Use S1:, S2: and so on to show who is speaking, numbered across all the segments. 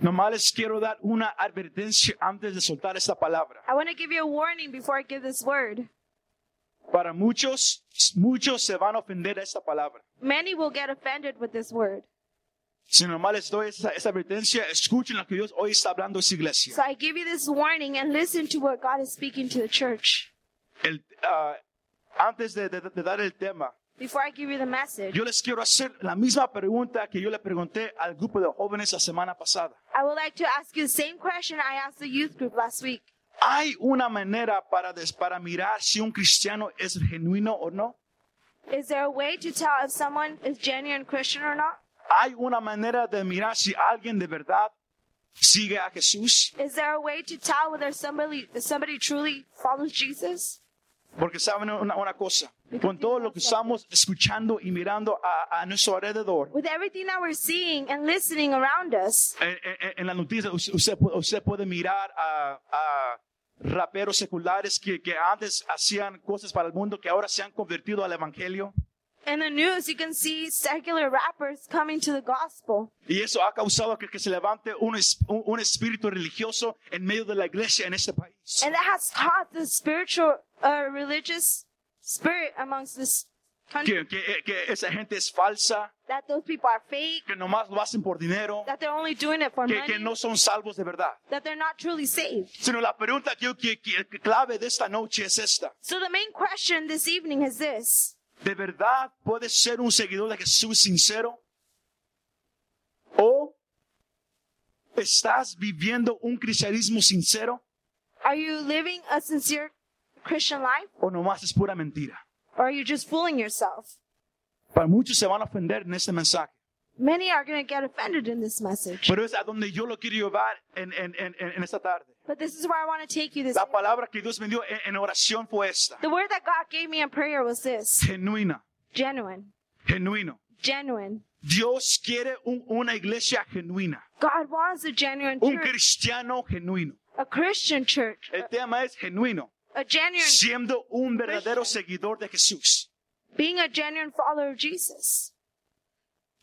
S1: Nomás les quiero dar una advertencia antes de soltar esta palabra.
S2: I want to give you a warning before I give this word.
S1: Para muchos, muchos se van a ofender a esta palabra.
S2: Many will get offended with this word.
S1: Si nomás les doy esa, esa advertencia, escuchen lo que Dios hoy está hablando a su iglesia.
S2: So I give you this warning and listen to what God is speaking to the church.
S1: El, ah, antes de, de- de dar el tema,
S2: Before I give you the message,
S1: yo les quiero hacer la misma pregunta que yo le pregunté al grupo de jóvenes la semana pasada.
S2: I would like to ask you the same question I asked the youth group last week.
S1: ¿Hay una manera para, des- para mirar si un cristiano es genuino o no?
S2: Is there a way to tell if someone is genuine Christian or not?
S1: ¿Hay una manera de mirar si alguien de verdad sigue a Jesús?
S2: Is there a way to tell whether somebody somebody truly follows Jesus?
S1: Porque saben una, una cosa, con todo lo que estamos escuchando y mirando a, a nuestro alrededor,
S2: With everything that we're seeing and listening around us,
S1: en, en- en las noticias usted, usted pu- usted puede mirar a, a raperos seculares que, que antes hacían cosas para el mundo que ahora se han convertido al Evangelio.
S2: in the news, you can see secular rappers coming to the gospel.
S1: Y eso ha causado que, que se levante un, es- un- un espíritu religioso en medio de la iglesia en este país.
S2: And that has caused the spiritual, uh, religious spirit amongst this
S1: Que,
S2: country
S1: que- que esa gente es falsa,
S2: that those people are fake,
S1: que nomás lo hacen por dinero,
S2: that they're only doing it for
S1: que,
S2: money,
S1: que no son salvos de verdad.
S2: that they're not truly saved.
S1: Sino la pregunta que yo que, que- que clave de esta noche es esta.
S2: So the main question this evening is this.
S1: ¿De verdad puedes ser un seguidor de Jesús sincero? ¿O estás viviendo un cristianismo sincero
S2: Are you living a sincere Christian life
S1: o nomás es pura mentira?
S2: or are you just fooling yourself?
S1: Para muchos se van a ofender en este mensaje,
S2: Many are going to get offended in this message.
S1: pero es a donde yo lo quiero llevar en, en, en, en- en esta tarde.
S2: But this is where I want to take you this
S1: La palabra que Dios me dio en, en oración fue esta.
S2: The word that God gave me in prayer was this.
S1: Genuina,
S2: Genuine.
S1: genuino.
S2: Genuine.
S1: Dios quiere un- una iglesia genuina,
S2: God wants a genuine
S1: un Eh,
S2: church.
S1: cristiano genuino.
S2: A Christian church.
S1: El tema es genuino,
S2: A genuine
S1: siendo un verdadero seguidor de Jesús.
S2: being a genuine follower of Jesus.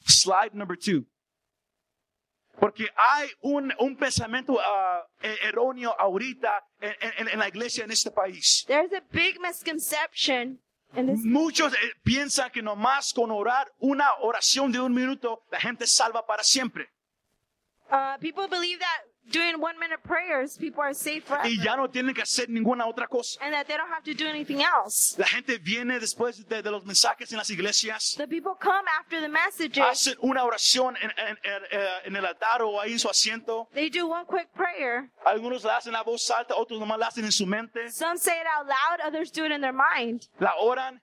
S1: Slide number two. Porque hay un, un pensamiento ah, e- erróneo ahorita en, en- en la iglesia en este país.
S2: There's a big misconception in this
S1: Muchos eh, piensan que nomás con orar una oración de un minuto la gente es salva para siempre.
S2: uh, people believe that doing one minute prayers people are saved forever.
S1: Y ya no tienen que hacer ninguna otra cosa.
S2: and that they don't have to do anything else.
S1: La gente viene después de, de los mensajes en las iglesias,
S2: The people come after the messages,
S1: hacen una oración en, en- en- eh, en el altar o ahí en su asiento.
S2: they do one quick prayer.
S1: Algunos la hacen a voz alta, otros nomás la hacen en su mente.
S2: Some say it out loud, others do it in their mind.
S1: La oran,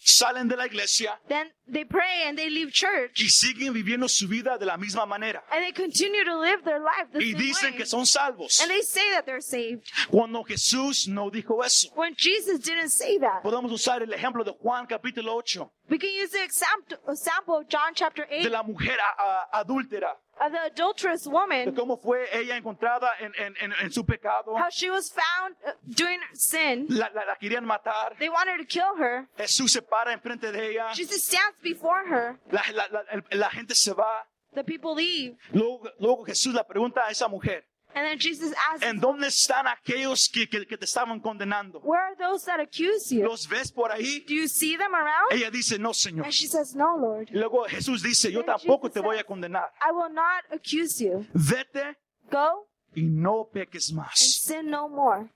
S1: salen de la iglesia
S2: Then they pray and they leave church
S1: y siguen viviendo su vida de la misma manera.
S2: and they continue to live their life the
S1: Y
S2: same
S1: dicen
S2: way.
S1: que son salvos.
S2: And they say that they're saved.
S1: Cuando Jesús no dijo eso.
S2: When Jesus didn't say that.
S1: Podemos usar el ejemplo de Juan capítulo 8,
S2: We can use the example, example of John chapter 8
S1: de la mujer a- a- adúltera,
S2: of the adulterous
S1: de
S2: woman,
S1: cómo fue ella encontrada en, en- en- en su pecado,
S2: how she was found uh, doing sin.
S1: la, la- la querían matar,
S2: They wanted to kill her.
S1: Jesús se para enfrente de ella,
S2: Jesus stands before her.
S1: la, la- la- el- la gente se va,
S2: The people leave.
S1: luego, luego Jesús la pregunta a esa mujer,
S2: And then Jesus asks,
S1: ¿en dónde están aquellos que- que- que te estaban condenando?
S2: Where are those that accuse you?
S1: ¿Los ves por ahí?
S2: Do you see them around?
S1: Ella dice, no, Señor.
S2: And she says, No, Lord.
S1: Luego Jesús dice, yo
S2: Then
S1: tampoco
S2: Jesus
S1: te voy a
S2: says-
S1: condenar.
S2: I will not accuse you.
S1: Vete
S2: Go
S1: y no peques
S2: and
S1: más.
S2: sin no more.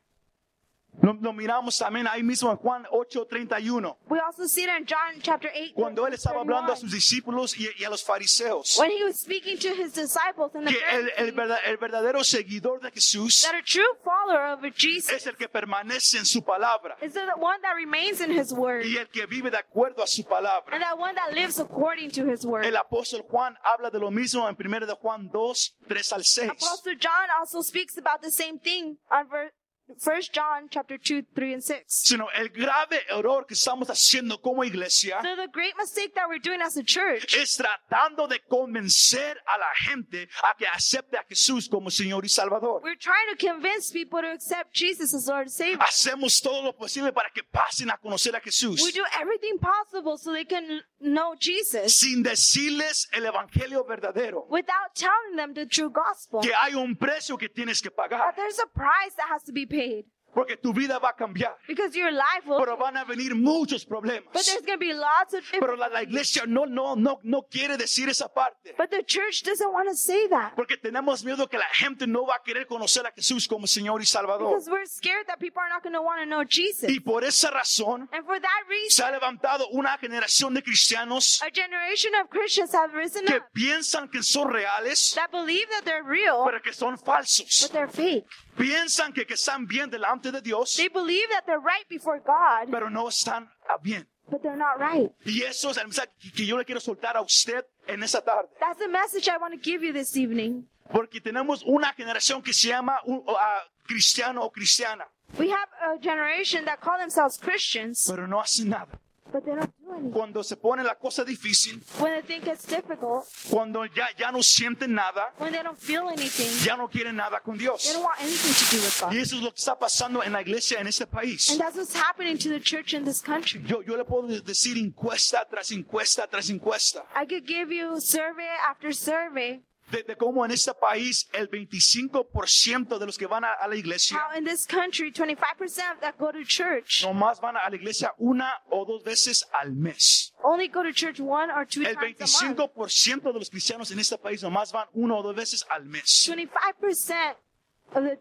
S1: Lo, lo miramos también ahí mismo en Juan 8:31,
S2: We also see it in John chapter 8.
S1: cuando él estaba hablando a
S2: 31.
S1: sus discípulos y, y a los fariseos,
S2: when he was speaking to his disciples and the
S1: que el, el
S2: Pharisees,
S1: verda- el verdadero seguidor de Jesús
S2: that a true follower of Jesus
S1: es el que permanece en su palabra
S2: is the one that remains in his word
S1: y el que vive de acuerdo a su palabra.
S2: and that one that lives according to his word.
S1: El apóstol Juan habla de lo mismo en 1 de Juan 2, 3 al 6.
S2: Apostle John also speaks about the same thing on ver- 1 John chapter 2, 3, and 6.
S1: Sino el grave error que estamos haciendo como iglesia
S2: So the great mistake that we're doing as a church
S1: es tratando de convencer a la gente a que acepte a Jesús como Señor y Salvador.
S2: We're trying to convince people to accept Jesus as Lord and Savior.
S1: Hacemos todo lo posible para que pasen a conocer a
S2: We
S1: Jesús.
S2: do everything possible so they can know Jesus
S1: sin decirles el evangelio verdadero.
S2: without telling them the true gospel.
S1: Que hay un precio que tienes que
S2: That
S1: pagar
S2: there's a price that has to be paid
S1: porque tu vida va a cambiar.
S2: because your life will.
S1: Pero van a venir muchos problemas.
S2: But there's going to be lots of.
S1: Pero la, la iglesia no, no, no, no quiere decir esa parte.
S2: But the church doesn't want to say that
S1: Porque tenemos miedo que la gente no va a querer conocer a Jesús como Señor y Salvador.
S2: because we're scared that people are not going to want to know Jesus.
S1: Y por esa razón
S2: And for that reason,
S1: se ha levantado una generación de cristianos
S2: a generation of Christians have risen
S1: que
S2: up
S1: piensan que son reales,
S2: that believe that they're real,
S1: pero que son falsos.
S2: but they're fake.
S1: Piensan que, que están bien delante de Dios,
S2: They believe that they're right before God,
S1: pero no están a bien.
S2: but they're not right.
S1: Y eso es el mensaje que yo le quiero soltar a usted en esta tarde.
S2: That's the message I want to give you this evening.
S1: Porque tenemos una generación que se llama un- o, ah, cristiano o cristiana,
S2: We have a generation that call themselves Christians,
S1: pero no hace nada.
S2: but they don't do anything.
S1: Cuando se pone la cosa difícil,
S2: When they think it's difficult,
S1: cuando ya, ya no sienten nada,
S2: when they don't feel anything,
S1: ya no quieren nada con
S2: they
S1: Dios.
S2: don't want anything to do with
S1: Y
S2: God.
S1: eso es lo que está pasando en la iglesia en este país.
S2: And that's what's happening to the church in this country.
S1: Yo, yo le puedo decir encuesta tras encuesta tras encuesta
S2: I could give you survey after survey
S1: de, de cómo en este país el 25% de los que van a, a la iglesia
S2: how in this country 25% that go to church
S1: nomás van a la iglesia una o dos veces al mes.
S2: only go to church one or two
S1: El
S2: times a month.
S1: 25% de los cristianos en este país nomás van una o dos veces al mes.
S2: 25% of the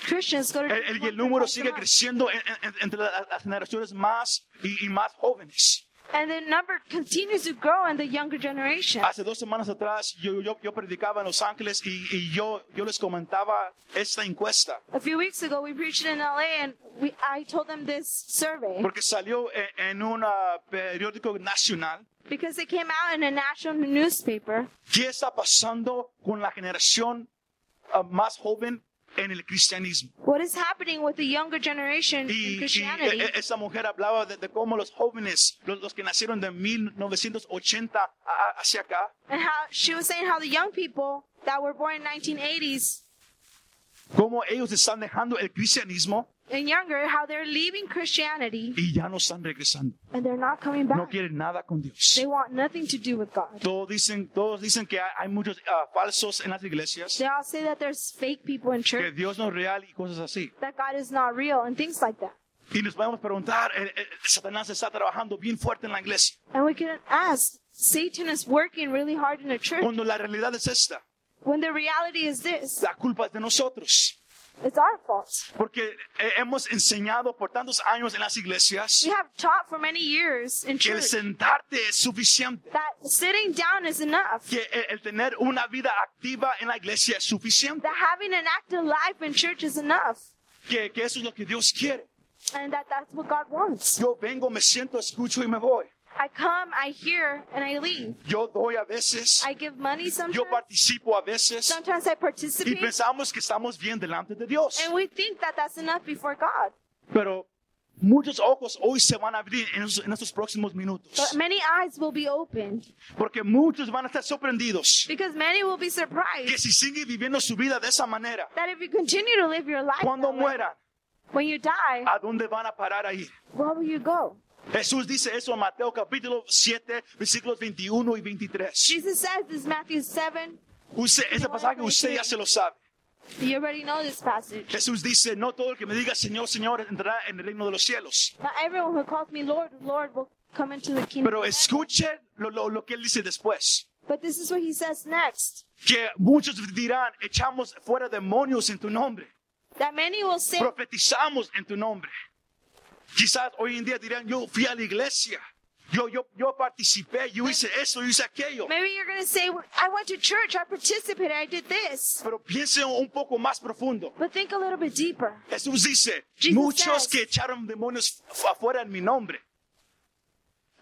S2: Christians go to
S1: El,
S2: church.
S1: el- y
S2: one
S1: el
S2: or
S1: número
S2: twice a
S1: sigue
S2: month.
S1: creciendo en- en- en- entre las las generaciones más y, y más jóvenes.
S2: And the number continues to grow in the younger generation.
S1: Hace dos semanas atrás yo, yo, yo predicaba en Los Ángeles y, y yo, yo les comentaba esta encuesta.
S2: A few weeks ago, we preached in LA, and we, I told them this survey
S1: Porque salió en, en un ah, periódico nacional.
S2: because it came out in a national newspaper.
S1: ¿Qué está pasando con la generación ah, más joven en el cristianismo?
S2: What is happening with the younger generation in
S1: Y, y
S2: Christianity?
S1: e- e- esa mujer hablaba de, de cómo los jóvenes, los, los que nacieron de 1980 a- a- ah, hacia acá,
S2: And how she was saying how the young people that were born in 1980s
S1: cómo ellos están dejando el cristianismo
S2: and younger, how they're leaving Christianity
S1: y ya no están regresando.
S2: and they're not coming
S1: No
S2: back.
S1: quieren nada con Dios.
S2: They want nothing to do with God.
S1: Todos dicen, todos dicen que hay, hay muchos ah, falsos en las iglesias,
S2: They all say that there's fake people in
S1: que
S2: church,
S1: Dios no es real y cosas así.
S2: that God is not real, and things like that.
S1: Y nos podemos preguntar, eh, eh, Satanás está trabajando bien fuerte en la iglesia,
S2: And we can ask, Satan is working really hard in the church
S1: cuando la realidad es esta.
S2: when the reality is this
S1: La culpa es de nosotros,
S2: it's our fault.
S1: porque eh, hemos enseñado por tantos años en las iglesias
S2: We have taught for many years in
S1: que el
S2: church
S1: sentarte es suficiente,
S2: that sitting down is enough,
S1: que eh, el, el tener una vida activa en la iglesia es suficiente,
S2: that having an active life in church is enough,
S1: que, que eso es lo que Dios quiere.
S2: and that that's what God wants.
S1: Yo vengo, me siento, escucho y me voy.
S2: I come, I hear, and I leave.
S1: Yo doy a veces,
S2: I give money sometimes.
S1: yo participo a veces.
S2: Sometimes I
S1: y
S2: participate,
S1: pensamos que estamos bien delante de Dios.
S2: and we think that that's enough before God.
S1: Pero muchos ojos hoy se van a abrir en esos- en estos próximos minutos.
S2: But many eyes will be opened
S1: Porque muchos van a estar sorprendidos
S2: because many will be
S1: que
S2: surprised
S1: si sigue viviendo su vida de esa manera,
S2: that if you continue to live your life,
S1: cuando
S2: that way,
S1: mueran,
S2: when you die,
S1: ¿a dónde van a parar ahí?
S2: where will you go?
S1: Jesús dice eso en Mateo capítulo 7, versículos 21 y 23.
S2: Jesus says this Matthew 7.
S1: Usted, ese pasaje usted ya se lo sabe.
S2: You already know this passage.
S1: Jesús dice, no todo el que me diga Señor, Señor entrará en el reino de los cielos.
S2: Not everyone who calls me Lord, Lord will come into the kingdom.
S1: Pero
S2: of heaven.
S1: escuche lo- lo- lo que él dice después.
S2: But this is what he says next.
S1: que muchos dirán, echamos fuera demonios en tu nombre,
S2: That many will say,
S1: profetizamos en tu nombre. Quizás hoy en día dirán, yo fui a la iglesia, yo, yo, yo participé, yo hice esto, yo hice aquello.
S2: maybe you're going to say, I went to church, I participated, I did this.
S1: Pero piensen un poco más profundo.
S2: But think a little bit deeper.
S1: Jesús dice,
S2: Jesus
S1: muchos
S2: says-
S1: que echaron demonios fu- afuera en mi nombre.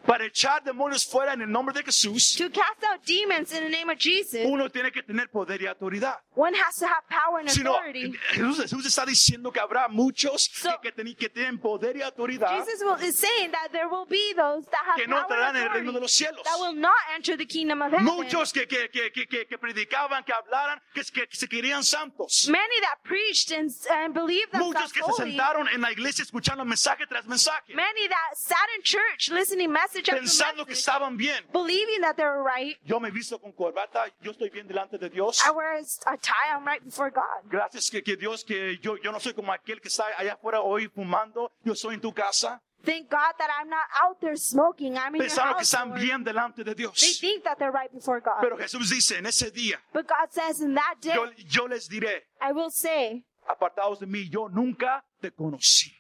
S1: Para echar demonios fuera en el nombre de Jesús,
S2: To cast out demons in the name of Jesus,
S1: uno tiene que tener poder y autoridad.
S2: one has to have power and
S1: Si no,
S2: authority.
S1: Jesús, Jesús está diciendo que habrá muchos
S2: So-
S1: que, que teni- que tienen poder y autoridad.
S2: Jesus will, is saying that there will be those that have
S1: que no
S2: power
S1: entrarán en
S2: and
S1: el reino de
S2: authority
S1: los cielos.
S2: that will not enter the kingdom of heaven.
S1: Muchos que, que, que, que, que, que predicaban, que hablaran, que, que- que se querían santos.
S2: Many that preached and, and believed
S1: Muchos
S2: themselves
S1: que se
S2: holy.
S1: sentaron en la iglesia escuchando mensaje tras mensaje.
S2: Many that sat in church listening message after
S1: pensando que
S2: message,
S1: estaban bien.
S2: believing that they were right.
S1: Yo me he visto con corbata, yo estoy bien delante de Dios.
S2: I wear a s- a tie, I'm right before God.
S1: Gracias que, que Dios, que yo, yo no soy como aquel que está allá afuera hoy fumando, yo soy en tu casa.
S2: Thank God that I'm not out there smoking. I'm in your
S1: Pensando que
S2: house.
S1: están
S2: Lord.
S1: bien delante de
S2: They
S1: Dios.
S2: think that they're right before God.
S1: Pero Jesús dice, en ese día,
S2: but God says, in that day,
S1: yo, yo les diré,
S2: I will say,
S1: apartados de mí, yo nunca te conocí.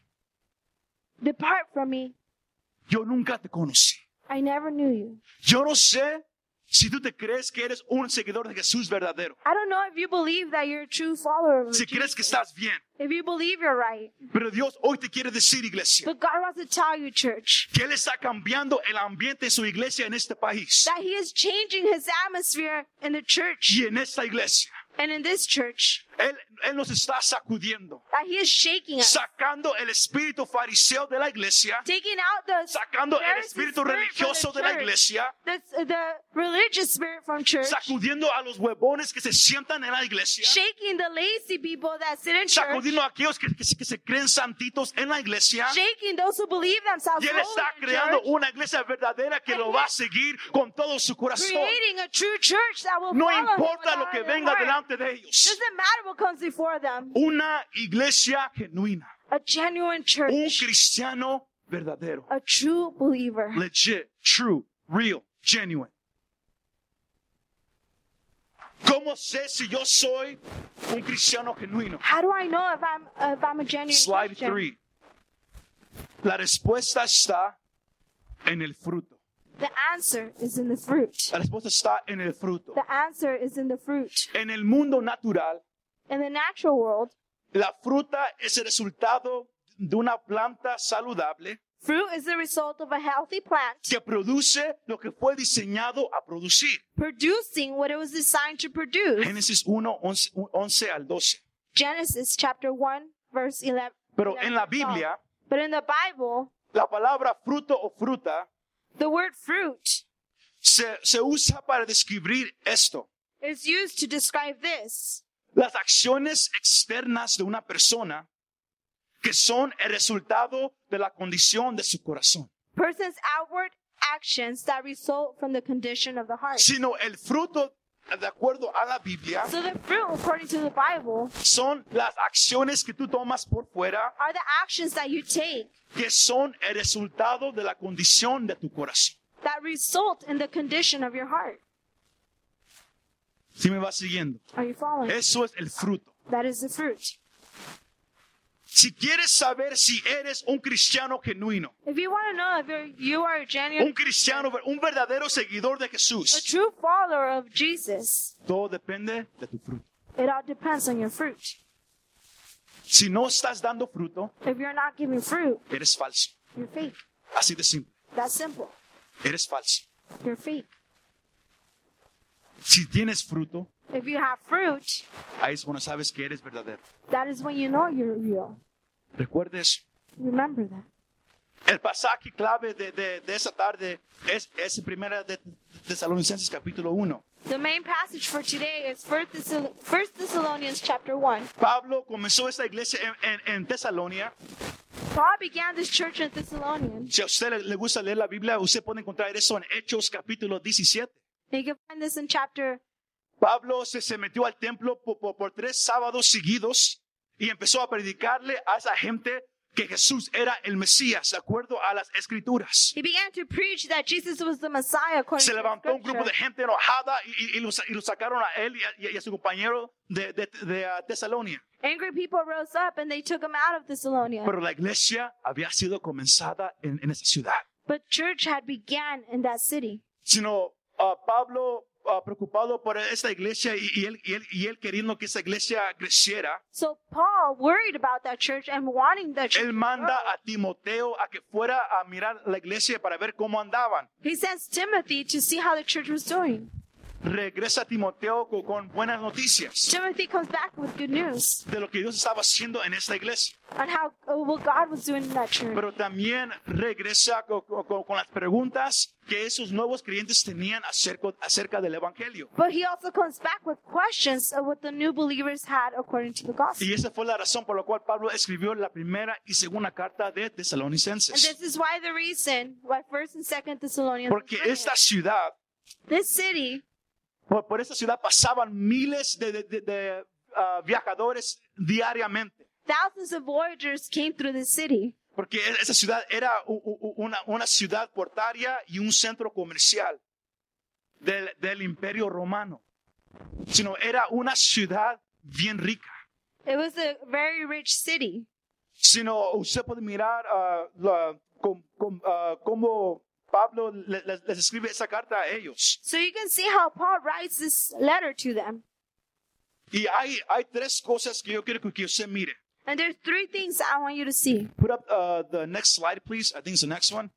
S2: Depart from me.
S1: Yo nunca te conocí.
S2: I never knew you.
S1: Yo no sé si tú te crees que eres un seguidor de Jesús verdadero.
S2: I don't know if you believe that you're a true follower of
S1: Si
S2: Jesus.
S1: crees que estás bien.
S2: If you believe you're right.
S1: Pero Dios hoy te quiere decir, iglesia,
S2: But God wants to tell you, church,
S1: que Él está cambiando el ambiente en su iglesia en este país.
S2: that He is changing His atmosphere in the church
S1: Y en esta iglesia.
S2: and in this church.
S1: Él, Él nos está sacudiendo.
S2: That He is shaking us,
S1: sacando el espíritu fariseo de la iglesia,
S2: taking out the,
S1: sacando el
S2: There's the
S1: espíritu
S2: spirit
S1: religioso
S2: from the
S1: de la
S2: church.
S1: iglesia,
S2: the, the religious spirit from church,
S1: sacudiendo a los huevones que se sientan en la iglesia,
S2: shaking the lazy people that sit in church,
S1: sacudiendo a aquellos que, que se- que se creen santitos en la iglesia.
S2: shaking those who believe themselves
S1: Y Él
S2: holy
S1: está
S2: in
S1: creando
S2: church,
S1: una iglesia verdadera que lo va a seguir con todo su corazón.
S2: creating a true church that will
S1: No
S2: follow Him
S1: importa
S2: with
S1: lo
S2: all
S1: que
S2: their
S1: venga
S2: heart.
S1: delante de ellos.
S2: Doesn't matter what comes before them.
S1: Una iglesia genuina,
S2: A genuine
S1: un
S2: church,
S1: cristiano verdadero,
S2: a true believer.
S1: legit, true, real, genuine. ¿Cómo sé si yo soy un cristiano genuino?
S2: How do I know if I'm if I'm a genuine
S1: Slide
S2: Christian?
S1: 3. La respuesta está en el fruto.
S2: The answer is in the fruit.
S1: La respuesta está en el fruto.
S2: The answer is in the fruit.
S1: En el mundo natural,
S2: In the natural world,
S1: la fruta es el resultado de una planta saludable
S2: fruit is the result of a healthy plant
S1: que produce lo que fue diseñado a producir.
S2: producing what it was designed to produce.
S1: Génesis 1, 11, 11 al 12.
S2: Genesis chapter 1 verse 11.
S1: Pero en la Biblia,
S2: But in the Bible,
S1: La palabra fruto o fruta
S2: the word fruit
S1: se, se usa para describir esto.
S2: is used to describe this.
S1: Las acciones externas de una persona que son el resultado de la condición de su corazón.
S2: Person's outward actions that result from the condition of the heart.
S1: Sino el fruto, de acuerdo a la Biblia,
S2: So the fruit, according to the Bible,
S1: son las acciones que tú tomas por fuera
S2: are the actions that you take
S1: que son el resultado de la condición de tu corazón.
S2: that result in the condition of your heart.
S1: Si me vas siguiendo.
S2: Are you following?
S1: Eso es el fruto.
S2: That is the fruit.
S1: Si quieres saber si eres un cristiano genuino,
S2: If you want to know if you're, you are a
S1: un
S2: genuine,
S1: cristiano, un verdadero seguidor de
S2: a
S1: Jesús.
S2: true follower of Jesus,
S1: Todo depende de tu fruto.
S2: it all depends on your fruit.
S1: Si no estás dando fruto,
S2: If you're not giving fruit,
S1: eres falso.
S2: you're fake.
S1: Así de simple.
S2: That's simple.
S1: Eres falso.
S2: You're fake.
S1: Si tienes fruto,
S2: If you have fruit,
S1: ahí es cuando sabes que eres verdadero.
S2: that is when you know you're real.
S1: Recuerdes,
S2: Remember that.
S1: el pasaje clave de, de- de esta tarde es, es primera de Tesalonicenses capítulo 1.
S2: The main passage for today is 1 Thessal- 1 Thessalonians chapter 1.
S1: Pablo comenzó esta iglesia en, en- en Tesalonia.
S2: Paul began this church in Thessalonians.
S1: Si a usted le, le gusta leer la Biblia, usted puede encontrar eso en Hechos capítulo 17.
S2: You can find this in chapter
S1: Pablo se, se metió al templo po- po- por, tres sábados seguidos y empezó a predicarle a esa gente que Jesús era el Mesías, de acuerdo a las escrituras.
S2: He began to preach that Jesus was the Messiah according
S1: Se
S2: to
S1: levantó un
S2: Scripture.
S1: grupo de gente enojada y, y- y lo, sa- y lo sacaron a él y a, y a- y a su compañero de, de- de, ah, Tesalonia.
S2: Angry people rose up and they took him out of Thessalonica.
S1: Pero la iglesia había sido comenzada en, en esa ciudad.
S2: But church had began in that city.
S1: Sino ah, Pablo, ah, preocupado por esta iglesia y, y él, y él- y él queriendo que esa iglesia creciera,
S2: So Paul worried about that church and wanting that church.
S1: Él manda a Timoteo a que fuera a mirar la iglesia para ver cómo andaban.
S2: He sends Timothy to see how the church was doing.
S1: regresa a Timoteo con, con buenas noticias
S2: Timothy comes back with good news
S1: de lo que Dios estaba haciendo en esta iglesia,
S2: on how uh, what God was doing in that church.
S1: pero también regresa co- co- co- con, las preguntas que esos nuevos creyentes tenían acerca, acerca del Evangelio.
S2: But he also comes back with questions of what the new believers had according to the gospel.
S1: Y esa fue la razón por la cual Pablo escribió la primera y segunda carta de
S2: And
S1: Tesalonicenses.
S2: this is why the reason why First and Second Thessalonians. was
S1: Porque
S2: written.
S1: esta ciudad
S2: This city,
S1: Por, por esa ciudad pasaban miles de, de- de- de, ah, viajadores diariamente,
S2: thousands of voyagers came through this city
S1: porque e- esa ciudad era u- u- u- una, una ciudad portaria y un centro comercial del, del imperio romano, sino era una ciudad bien rica.
S2: It was a very rich city.
S1: Sino usted puede mirar ah, la- com- com- ah, cómo Pablo le- le- les escribe esa carta a ellos.
S2: So you can see how Paul writes this letter to them.
S1: Y hay, hay tres cosas que yo quiero que- que usted mire.
S2: And there's three things I want you to see.
S1: Put up uh, the next slide, please. I think it's the next one.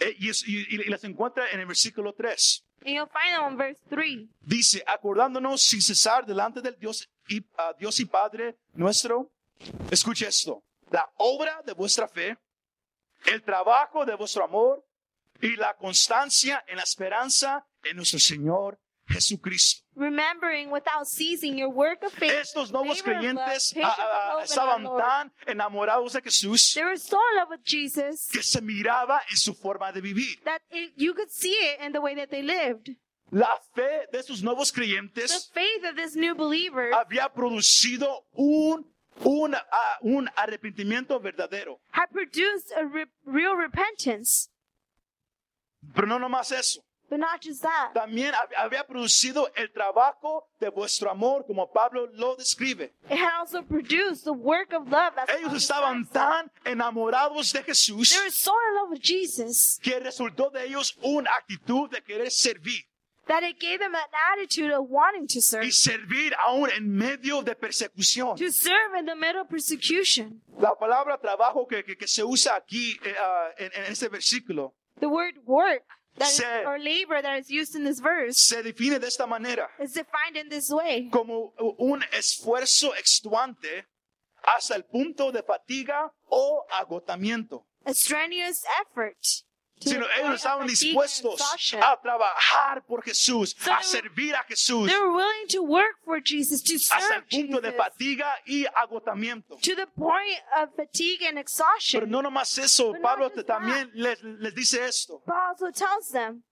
S1: Eh, Y, es- y- y las encuentra en el versículo 3.
S2: And you'll find them on verse 3.
S1: Dice, acordándonos sin cesar delante del Dios y, a Dios y Padre nuestro. Escuche esto. La obra de vuestra fe, el trabajo de vuestro amor y la constancia en la esperanza en nuestro Señor Jesucristo.
S2: Remembering without ceasing your work of faith.
S1: Estos nuevos
S2: labor of love,
S1: creyentes
S2: patience
S1: ah, ah,
S2: of hope in
S1: estaban
S2: our Lord.
S1: tan enamorados de Jesús
S2: They were so in love with Jesus
S1: que se miraba en su forma de vivir.
S2: that it, you could see it in the way that they lived.
S1: La fe de esos nuevos
S2: The
S1: creyentes
S2: faith of this new believer
S1: había producido un, un, ah, un arrepentimiento verdadero.
S2: had produced a re- real repentance.
S1: Pero no nomás eso.
S2: But not just that,
S1: También hab- había producido el trabajo de vuestro amor, como Pablo lo describe.
S2: it had also produced the work of love. as
S1: Ellos
S2: Paul
S1: estaban
S2: describes it.
S1: tan enamorados de Jesús
S2: They were so in love with Jesus
S1: que resultó de ellos una actitud de querer servir.
S2: that it gave them an attitude of wanting to serve.
S1: Y servir aún en medio de persecución.
S2: to serve in the middle of persecution.
S1: La palabra trabajo que, que- que se usa aquí eh, ah, en- en este versículo
S2: The word work that is,
S1: Se-
S2: or labor that is used in this verse
S1: se define de esta manera.
S2: is defined in this way
S1: como un esfuerzo extenuante hasta el punto de fatiga o agotamiento.
S2: a strenuous effort. to
S1: Sino
S2: the point
S1: ellos
S2: of
S1: estaban
S2: fatigue and
S1: dispuestos
S2: exhaustion.
S1: a trabajar por Jesús,
S2: So
S1: a
S2: they were-
S1: servir a Jesús
S2: They were willing to work for Jesus, to
S1: hasta
S2: serve
S1: el punto de
S2: Jesus,
S1: fatiga y agotamiento.
S2: to the point of fatigue and
S1: Pero
S2: exhaustion.
S1: no nomás eso,
S2: But not
S1: Pablo
S2: just
S1: también les, les dice esto,
S2: Paul also tells them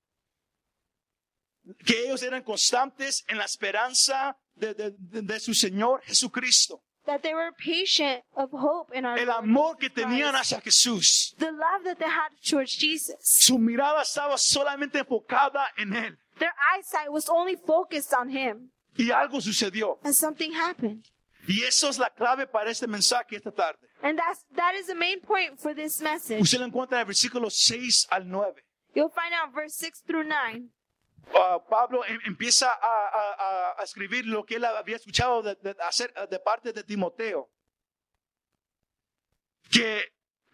S1: que ellos eran constantes en la esperanza de, de- de- de su Señor Jesucristo.
S2: that they were patient of hope in our
S1: El
S2: Lord
S1: amor que
S2: Jesus
S1: tenían
S2: Christ.
S1: hacia Jesús,
S2: the love that they had towards Jesus.
S1: su mirada estaba solamente enfocada en Él.
S2: Their eyesight was only focused on him.
S1: Y algo sucedió.
S2: And something happened.
S1: Y eso es la clave para este mensaje esta tarde.
S2: And that's that is the main point for this message.
S1: Usted lo encuentra en el versículo 6 al 9.
S2: You'll find out verse six through nine.
S1: Ah, Pablo em- empieza a, a- a- a escribir lo que él había escuchado de, de- hacer- de parte de Timoteo. Que